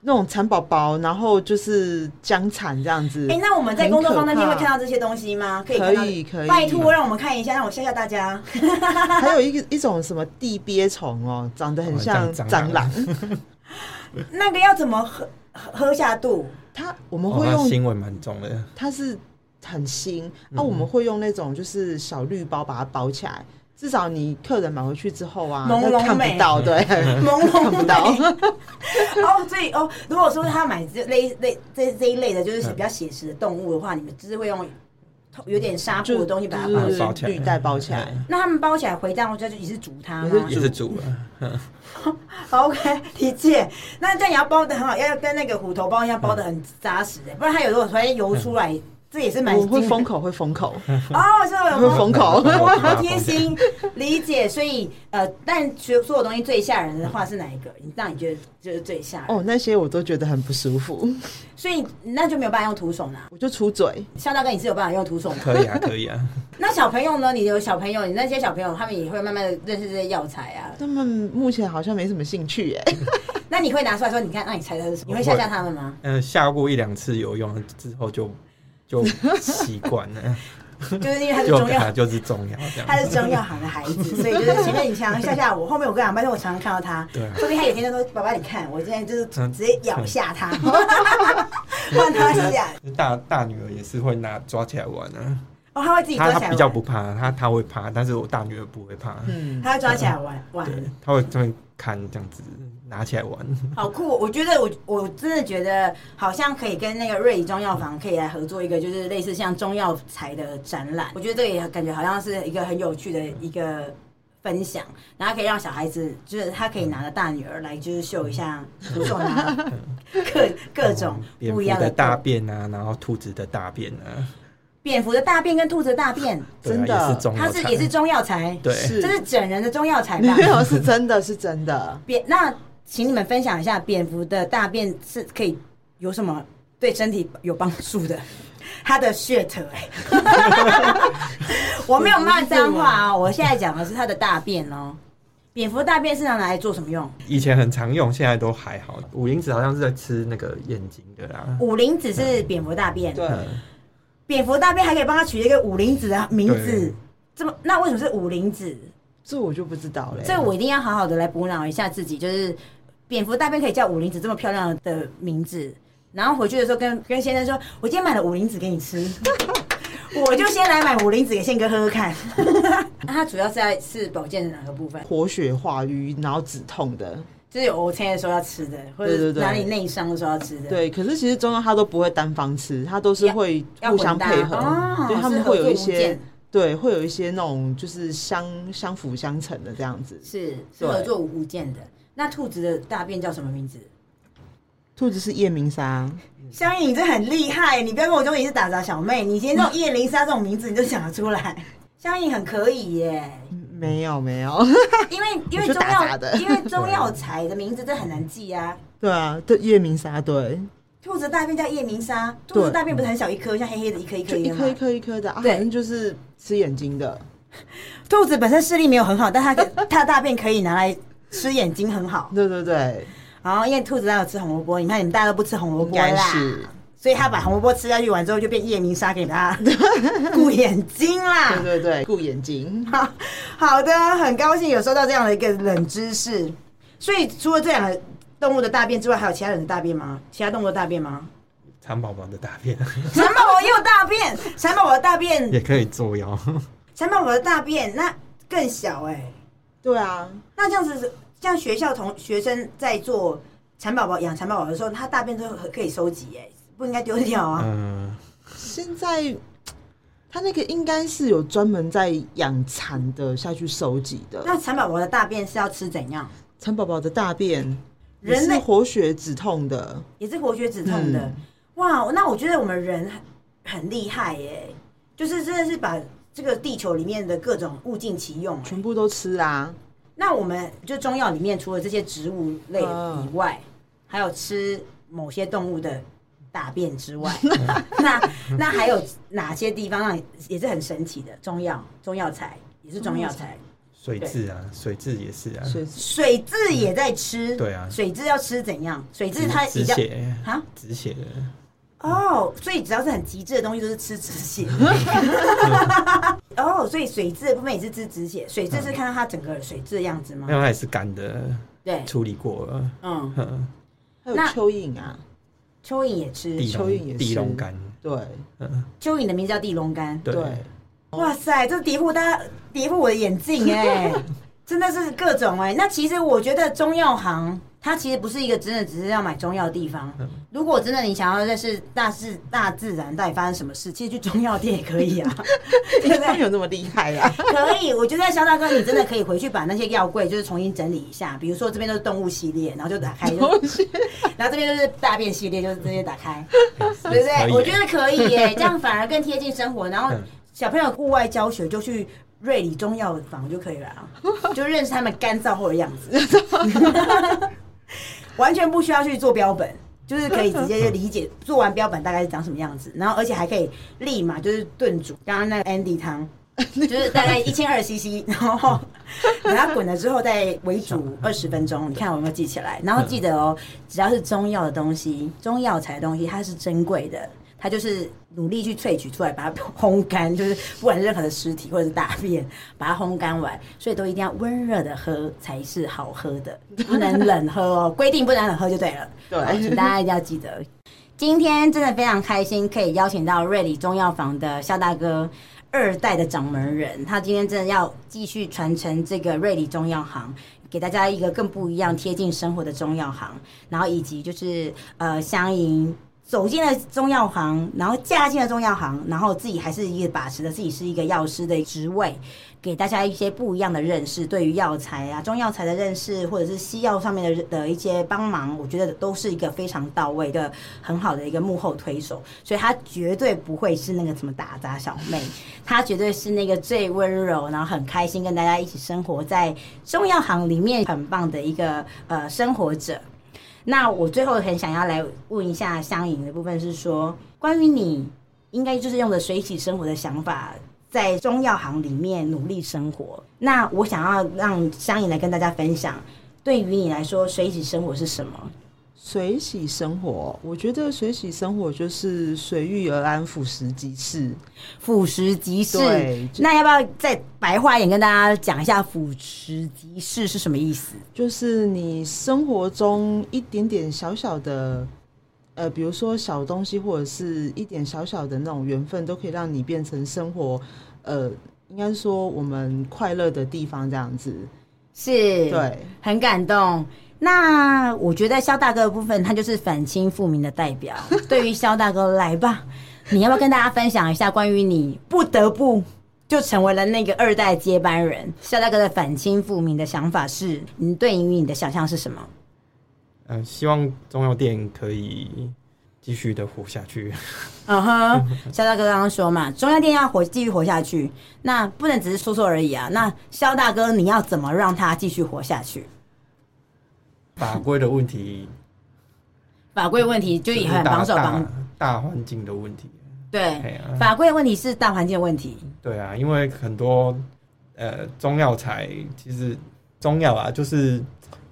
Speaker 2: 那种蚕宝宝，然后就是僵蚕这样子
Speaker 1: 哎、。那我们在工作坊那边会
Speaker 2: 很可怕
Speaker 1: 看到这些东西吗？可以
Speaker 2: 可
Speaker 1: 看到，
Speaker 2: 以可以，
Speaker 1: 拜托让我们看一下，让我吓吓大家。
Speaker 2: 还有一个一种什么地鳖虫哦，长得很
Speaker 3: 哦
Speaker 2: 像
Speaker 3: 像
Speaker 2: 蟑
Speaker 3: 蟑
Speaker 2: 螂
Speaker 3: 螂。
Speaker 1: 那个要怎么喝喝喝下肚？
Speaker 2: 它我们
Speaker 3: 哦，
Speaker 2: 会
Speaker 3: 那
Speaker 2: 用，
Speaker 3: 新闻蛮重的，
Speaker 2: 它是很新，那我们会用那种就是小绿包把它包起来，至少你客人买回去之后啊，
Speaker 1: 朦胧
Speaker 2: 那看
Speaker 1: 美
Speaker 2: 不到，对，
Speaker 1: 朦胧
Speaker 2: 看不到。
Speaker 1: 哦，所以哦，如果说他买这类类这这一类的，
Speaker 2: 嗯
Speaker 1: 就是比较写实的动物的话，你们就是会用有点纱布
Speaker 2: 就
Speaker 1: 的东西把它
Speaker 2: 就
Speaker 1: 包
Speaker 3: 把
Speaker 1: 起
Speaker 2: 是嗯
Speaker 1: 来。
Speaker 3: 它包起来
Speaker 2: 绿带包起来。
Speaker 1: 那他们包起来回家，我就一直煮它
Speaker 2: 也是
Speaker 1: 吗
Speaker 3: 也是煮了，
Speaker 1: 好？OK，理解。那这样也要包的很好，要跟那个虎头包一样包的很扎实、欸不然它有时候突然游出来，这也是蛮
Speaker 2: 嗯我会
Speaker 1: 惊
Speaker 2: 封口，会封 口，
Speaker 1: 哦，是会
Speaker 2: 会
Speaker 1: 有
Speaker 2: 封口。
Speaker 1: 好贴心，理解。所以呃，但所所有东西最吓人的话是哪一个？你让你觉得就是最吓人？
Speaker 2: 哦，那些我都觉得很不舒服，
Speaker 1: 所以那就没有办法用徒手拿。
Speaker 2: 我就出嘴。
Speaker 1: 肖大哥，你是有办法用徒手拿？
Speaker 3: 可以啊，可以啊，
Speaker 1: 那小朋友呢？你有小朋友，你那些小朋友他们也会慢慢的认识这些药材 啊。
Speaker 2: 他们目前好像没什么兴趣耶。
Speaker 1: 那你会拿出来说，你看，哎那你猜它是什么？你会吓吓他们吗？
Speaker 3: 嗯，下过一两次有用之后就就习惯了，
Speaker 1: 就是 因为它是
Speaker 3: 就
Speaker 1: 中药
Speaker 3: 它，就是中药这样，
Speaker 1: 它是中药行的孩子，所以 就是前面你常常吓吓我，后面我跟你讲，拜托我常常看到他，
Speaker 3: 对啊
Speaker 1: 说不定他有一天就说：“爸爸，你看，我现在就是
Speaker 3: 嗯
Speaker 1: 直接咬下 他， 让他吓。
Speaker 3: 大大女儿也是会拿抓起来玩啊，”
Speaker 1: 哦，他会自己抓
Speaker 3: 她
Speaker 1: 起来
Speaker 3: 她比较
Speaker 1: 玩，
Speaker 3: 不怕，她她会怕，但是我大女儿不会怕，
Speaker 2: 嗯，
Speaker 1: 他会抓起来玩玩。
Speaker 3: 对，她会这边看这样子拿起来玩，
Speaker 1: 好酷！我觉得我我真的觉得好像可以跟那个瑞怡中药房可以来合作一个，就是类似像中药材的展览。我觉得这个也感觉好像是一个很有趣的一个分享，然后可以让小孩子，就是他可以拿着大女儿来，就是秀一下徒手拿各各种
Speaker 3: 蝙
Speaker 1: 不
Speaker 3: 蝠
Speaker 1: 一样
Speaker 3: 的大
Speaker 1: 大
Speaker 3: 便啊，然后兔子的大便啊，
Speaker 1: 蝙蝠的大便跟兔子的大便，
Speaker 3: 对啊
Speaker 2: 真的
Speaker 3: 也是中药
Speaker 1: 它
Speaker 3: 材，
Speaker 1: 是也是中药材，
Speaker 3: 对
Speaker 2: 是
Speaker 1: 这是整人的中药材吧？
Speaker 2: 没有是真的是真的。
Speaker 1: 蝙那，请你们分享一下蝙蝠的大便是可以有什么对身体有帮助的？它的 shit 哎、 我没有骂脏话哦，我现在讲的是它的大便哦。蝙蝠大便是拿来做什么用？
Speaker 3: 以前很常用，现在都还好。五灵子好像是在吃那个眼睛的啊啦。
Speaker 1: 五灵子是蝙蝠大便，
Speaker 2: 对，
Speaker 3: 嗯
Speaker 1: 蝙蝠大便还可以帮它取一个五灵子的名字
Speaker 3: 对，
Speaker 1: 这么那为什么是五灵子？
Speaker 2: 这我就不知道了。
Speaker 1: 这我一定要好好的来补脑一下自己，就是蝙蝠大便可以叫五灵子这么漂亮的名字，然后回去的时候跟跟先生说，我今天买了五灵子给你 吃，我就先来买五灵子给宪哥喝喝看。 那它主要是在是保健的哪个部分？
Speaker 2: 活血化瘀，然后止痛的。
Speaker 1: 就是有 O K 的时候要吃的，或者
Speaker 2: 对
Speaker 1: 是
Speaker 2: 对对
Speaker 1: 哪里内伤的时候要吃的。
Speaker 2: 对，可是其实中药它都不会单方吃，它都是
Speaker 1: 要
Speaker 2: 会
Speaker 1: 要
Speaker 2: 互
Speaker 1: 混搭，
Speaker 2: 相配合。
Speaker 1: 哦
Speaker 2: 对，他们
Speaker 1: 是合
Speaker 2: 会有
Speaker 1: 作
Speaker 2: 一
Speaker 1: 无
Speaker 2: 些
Speaker 1: 间
Speaker 2: 对，会有一些那种就是相相辅相成的这样子。
Speaker 1: 是是
Speaker 2: 对
Speaker 1: 合作无间的。那兔子的大便叫什么名字？
Speaker 2: 兔子是夜明砂，
Speaker 1: 香颖，你这很厉害，你不要跟我说你是打杂小妹，你今天这种叶灵莎这种名字你就想得出 来，香颖很可以耶，
Speaker 2: 嗯没有没有，
Speaker 1: 因为因为
Speaker 2: 我就
Speaker 1: 中
Speaker 2: 打杂
Speaker 1: 药
Speaker 2: 的
Speaker 1: 因为中药材的名字这很难记啊。
Speaker 2: 对啊，对夜明砂，对，
Speaker 1: 兔子大便叫夜明砂，兔子
Speaker 2: 对
Speaker 1: 大便不是很小一颗，像黑黑的一颗一颗
Speaker 2: 就一
Speaker 1: 的吗
Speaker 2: 颗一颗一颗的，啊，
Speaker 1: 对
Speaker 2: 反正就是吃眼睛的，
Speaker 1: 兔子本身视力没有很好，但它可它的大 便可以拿来吃眼睛很好。
Speaker 2: 对对对，
Speaker 1: 然后因为兔子它有吃红萝卜，你看你们大家都不吃红萝
Speaker 2: 应
Speaker 1: 卜
Speaker 2: 该
Speaker 1: 啦，
Speaker 2: 是，
Speaker 1: 所以它把红萝卜吃下去完之后就变夜明砂给 它顾眼睛啦。
Speaker 2: 对对对，顾眼睛。
Speaker 1: 好好的，很高兴有收到这样的一个冷知识。所以除了这两个动物的大便之外，还有其他人的大便吗？其他动物的大便吗？
Speaker 3: 蚕宝宝的大便
Speaker 1: 蚕宝宝也有大便，蚕宝宝的大便，
Speaker 3: 也可以作妖，
Speaker 1: 啊蚕宝宝的大便那更小哎、
Speaker 2: 对啊，
Speaker 1: 那这样子，像学校同学生在做蚕宝宝养蚕宝宝的时候，他大便都可以收集哎、不应该丢掉啊。
Speaker 3: 嗯，
Speaker 2: 现在他那个应该是有专门在养蚕的下去收集的，
Speaker 1: 那蚕宝宝的大便是要吃怎样？
Speaker 2: 蚕宝宝的大便也
Speaker 1: 人类
Speaker 2: 是活血止痛的，
Speaker 1: 也是活血止痛的。
Speaker 2: 嗯
Speaker 1: 哇，那我觉得我们人很很厉害耶，就是真的是把这个地球里面的各种物尽其用耶。
Speaker 2: 全部都吃啊。
Speaker 1: 那我们就中药里面除了这些植物类以外，还有吃某些动物的大便之外，那那还有哪些地方让你也是很神奇的中药？中药材也是中药材，
Speaker 3: 水蛭啊，水蛭也是
Speaker 1: 嗯
Speaker 3: 啊，
Speaker 2: 所以
Speaker 1: 水蛭也在吃。
Speaker 3: 对啊
Speaker 1: 水蛭要吃怎样？水蛭它
Speaker 3: 止
Speaker 1: 比
Speaker 3: 止
Speaker 1: 较
Speaker 3: 血
Speaker 1: 啊
Speaker 3: 止血的，
Speaker 1: 哦，所以只要是很极致的东西，就是吃止血。哦，所以水蛭的部分也是吃止血。水蛭是看到它整个水蛭的样子吗
Speaker 3: 没？有它也是干的，
Speaker 1: 啊对，
Speaker 3: 处理过了。
Speaker 1: 嗯，
Speaker 3: 嗯，
Speaker 2: 还有
Speaker 1: 那
Speaker 2: 蚯蚓啊，
Speaker 1: 蚯蚓也吃，
Speaker 3: 地
Speaker 2: 蚯蚓也
Speaker 3: 龙
Speaker 2: 是
Speaker 3: 地龙干，
Speaker 2: 对
Speaker 3: 嗯，
Speaker 1: 蚯蚓的名字叫地龙干。
Speaker 3: 对，
Speaker 2: 对
Speaker 1: 哇塞，这跌破大家跌破我的眼镜哎、真的是各种哎、那其实我觉得中药行它其实不是一个真的只是要买中药的地方。如果真的你想要认识大自大自然到底发生什么事，其实去中药店也可以啊，对不
Speaker 2: 哎他
Speaker 1: 对？
Speaker 2: 有那么厉害 啊？
Speaker 1: 可以，我觉得肖大哥你真的可以回去把那些药柜就是重新整理一下， 比如说这边都是动物系列，然后就打 开，就然后这边就是大便系列，就是直接打 开。对不
Speaker 3: 可以
Speaker 1: 对？我觉得可以 耶，这样反而更贴近生活。然后
Speaker 3: 嗯
Speaker 1: 小朋友户外教学就去瑞里中药房就可以了 啊，就认识他们干燥后的样子，完全不需要去做标本。就是可以直接就理解做完标本大概是长什么样子，然后而且还可以立马就是炖煮刚刚那个 Andy 汤，就是大概一千二 CC，然后等它滚了之后再围煮二十分钟，你看我有没有记起来？然后记得哦，只要是中药的东西，中药材的东西，它是珍贵的，它就是努力去萃取出来，把它烘干，就是不管是任何的尸体或者是大便，把它烘干完，所以都一定要温热的喝才是好喝的，不能冷喝哦，规定不能冷喝就对了。好请
Speaker 2: 对，
Speaker 1: 大家一定要记得。今天真的非常开心，可以邀请到瑞里中药房的肖大哥，二代的掌门人，他今天真的要继续传承这个瑞里中药行，给大家一个更不一样、贴近生活的中药行，然后以及就是呃相迎。走进了中药行，然后嫁进了中药行，然后自己还是一个把持着自己是一个药师的职位，给大家一些不一样的认识，对于药材啊、中药材的认识，或者是西药上面的呃的一些帮忙，我觉得都是一个非常到位的、很好的一个幕后推手。所以他绝对不会是那个什么打杂小妹，他绝对是那个最温柔，然后很开心跟大家一起生活在中药行里面很棒的一个呃生活者。那我最后很想要来问一下香颖的部分是说，关于你应该就是用的水洗生活的想法，在中药行里面努力生活。那我想要让香颖来跟大家分享，对于你来说，水洗生活是什么？
Speaker 2: 水洗生活，我觉得水洗生活就是随遇而安，俯拾即是。
Speaker 1: 腐蚀即是
Speaker 2: 对。
Speaker 1: 那要不要再白话一点跟大家讲一下腐蚀即是是什么意思？
Speaker 2: 就是你生活中一点点小小的，呃，比如说小东西，或者是一点小小的那种缘分，都可以让你变成生活，呃，应该说我们快乐的地方这样子。
Speaker 1: 是，
Speaker 2: 对，
Speaker 1: 很感动。那我觉得肖大哥的部分，他就是反清复明的代表。对于肖大哥，来吧，你要不要跟大家分享一下关于你不得不就成为了那个二代接班人？肖大哥的反清复明的想法是，你对于你的想象是什么？
Speaker 3: 嗯，希望中药店可以继续的活下去。
Speaker 1: 嗯哼，肖大哥刚刚说嘛，中药店要活继续活下去，那不能只是说说而已啊。那肖大哥，你要怎么让他继续活下去？
Speaker 3: 法规的问题，
Speaker 1: 法规问题就也很
Speaker 3: 大
Speaker 1: 帮手帮
Speaker 3: 大大环境的问题。哎
Speaker 1: 对，
Speaker 3: 呀、
Speaker 1: 法规的问题是大环境的问题。
Speaker 3: 对啊，因为很多呃中药材，其实中药啊，就是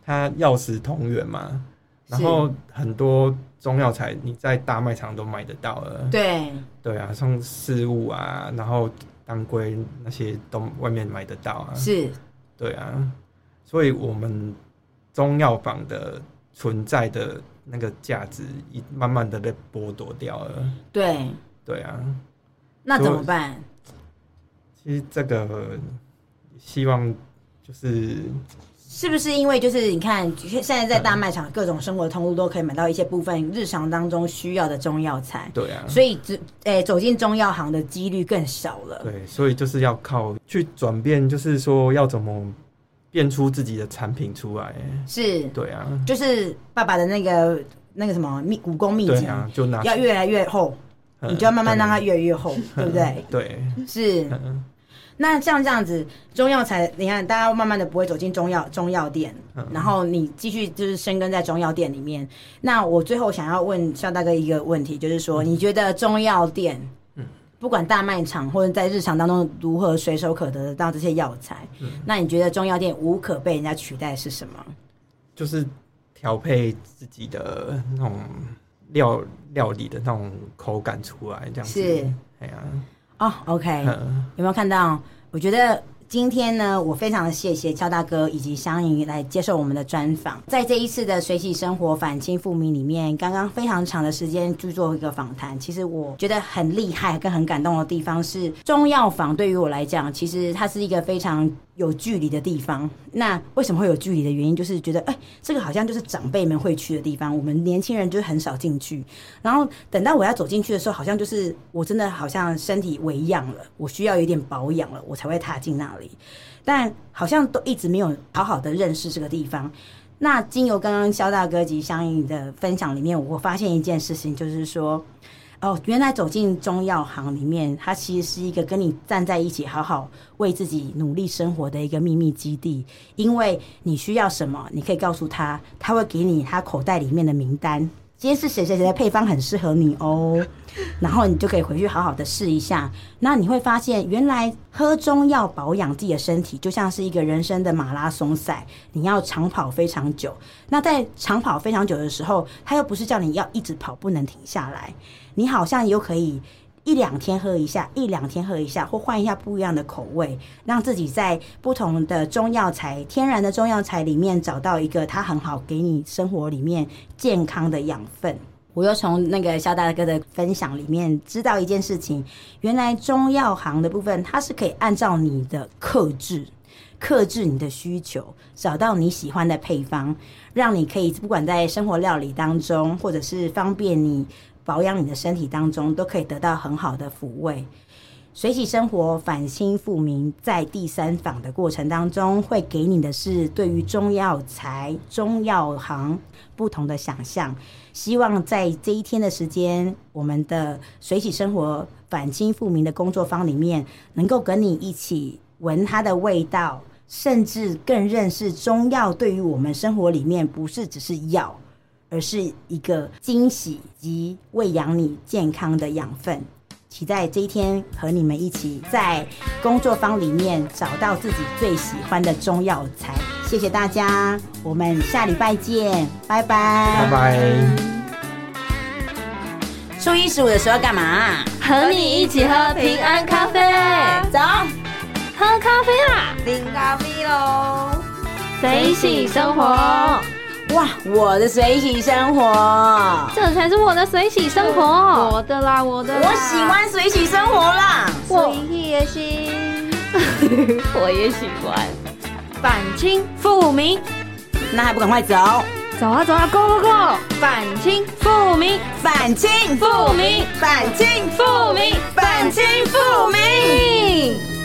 Speaker 3: 它药食同源嘛。然后很多中药材你在大卖场都买得到了，
Speaker 1: 对，
Speaker 3: 对啊，像四物啊，然后当归那些都外面买得到啊，
Speaker 1: 是
Speaker 3: 对啊，所以我们中药房的存在的那个价值，已慢慢的被剥夺掉了，
Speaker 1: 对，
Speaker 3: 对啊，
Speaker 1: 那怎么办？
Speaker 3: 其实这个希望就是
Speaker 1: 是不是因为就是你看，现在在大卖场各种生活通路都可以买到一些部分日常当中需要的中药材，
Speaker 3: 对啊，
Speaker 1: 所以只诶、走进中药行的几率更小了。
Speaker 3: 对，所以就是要靠去转变，就是说要怎么变出自己的产品出来，
Speaker 1: 是，
Speaker 3: 对啊，
Speaker 1: 就是爸爸的那个那个什么秘武功秘
Speaker 3: 对
Speaker 1: 籍、
Speaker 3: 啊，就拿
Speaker 1: 要越来越厚，
Speaker 3: 嗯
Speaker 1: 你就要慢慢让它越来越厚，对不对？
Speaker 3: 对，
Speaker 1: 是。
Speaker 3: 嗯
Speaker 1: 那像这样子，中药材，你看大家慢慢的不会走进中药中药店，
Speaker 3: 嗯
Speaker 1: 然后你继续就是深耕在中药店里面。那我最后想要问肖大哥一个问题，就是
Speaker 3: 嗯
Speaker 1: 说，你觉得中药店，不管大卖场或者在日常当中如何随手可得到这些药材，
Speaker 3: 嗯
Speaker 1: 那你觉得中药店无可被人家取代是什么？
Speaker 3: 就是调配自己的那种料料理的那种口感出来，这样子。
Speaker 1: 是，
Speaker 3: 哎呀、
Speaker 1: 哦，OK、o k
Speaker 3: 嗯
Speaker 1: 有没有看到？我觉得今天呢，我非常的谢谢乔大哥以及香莹来接受我们的专访。在这一次的《水洗生活反清复明》里面，刚刚非常长的时间去做一个访谈，其实我觉得很厉害跟很感动的地方是，中药房对于我来讲，其实它是一个非常。有距离的地方，那为什么会有距离的原因，就是觉得哎、这个好像就是长辈们会去的地方，我们年轻人就是很少进去。然后等到我要走进去的时候，好像就是我真的好像身体微恙了，我需要有点保养了，我才会踏进那里。但好像都一直没有好好的认识这个地方。那经由刚刚肖大哥及相应的分享里面，我发现一件事情，就是说，哦，原来走进中药行里面，它其实是一个跟你站在一起，好好为自己努力生活的一个秘密基地。因为你需要什么，你可以告诉他，他会给你他口袋里面的名单。今天是谁谁谁的配方很适合你哦，然后你就可以回去好好的试一下。那你会发现，原来喝中药保养自己的身体，就像是一个人生的马拉松赛，你要长跑非常久。那在长跑非常久的时候，他又不是叫你要一直跑，不能停下来。你好像又可以一两天喝一下，一两天喝一下，或换一下不一样的口味，让自己在不同的中药材、天然的中药材里面找到一个它很好给你生活里面健康的养分。我又从那个肖大哥的分享里面知道一件事情，原来中药行的部分，它是可以按照你的克制。克制你的需求，找到你喜欢的配方，让你可以不管在生活料理当中，或者是方便你保养你的身体当中，都可以得到很好的抚慰。水洗生活反清复明，在第三访的过程当中，会给你的是对于中药材、中药行不同的想象。希望在这一天的时间，我们的水洗生活反清复明的工作坊里面，能够跟你一起闻它的味道，甚至更认识中药对于我们生活里面不是只是药，而是一个惊喜及喂养你健康的养分。期待这一天和你们一起在工作坊里面找到自己最喜欢的中药材。谢谢大家，我们下礼拜见，拜拜
Speaker 3: 拜。拜。
Speaker 1: 初一十五的时候干嘛？
Speaker 4: 和你一起喝平安咖啡，
Speaker 1: 走，
Speaker 4: 喝咖啡啦，
Speaker 5: 零咖啡喽。
Speaker 4: 随喜生活，
Speaker 1: 哇，我的随喜生活，
Speaker 4: 这才是我的随喜生活。我的啦，我的
Speaker 1: 我喜欢随喜生活啦。
Speaker 4: 我也喜，我也喜欢。反清复明，
Speaker 1: 那还不赶快走？
Speaker 4: 走啊走啊，Go Go Go！反清复明，
Speaker 1: 反清
Speaker 4: 复明，
Speaker 1: 反清
Speaker 4: 复明，
Speaker 1: 反清复明。
Speaker 4: 明。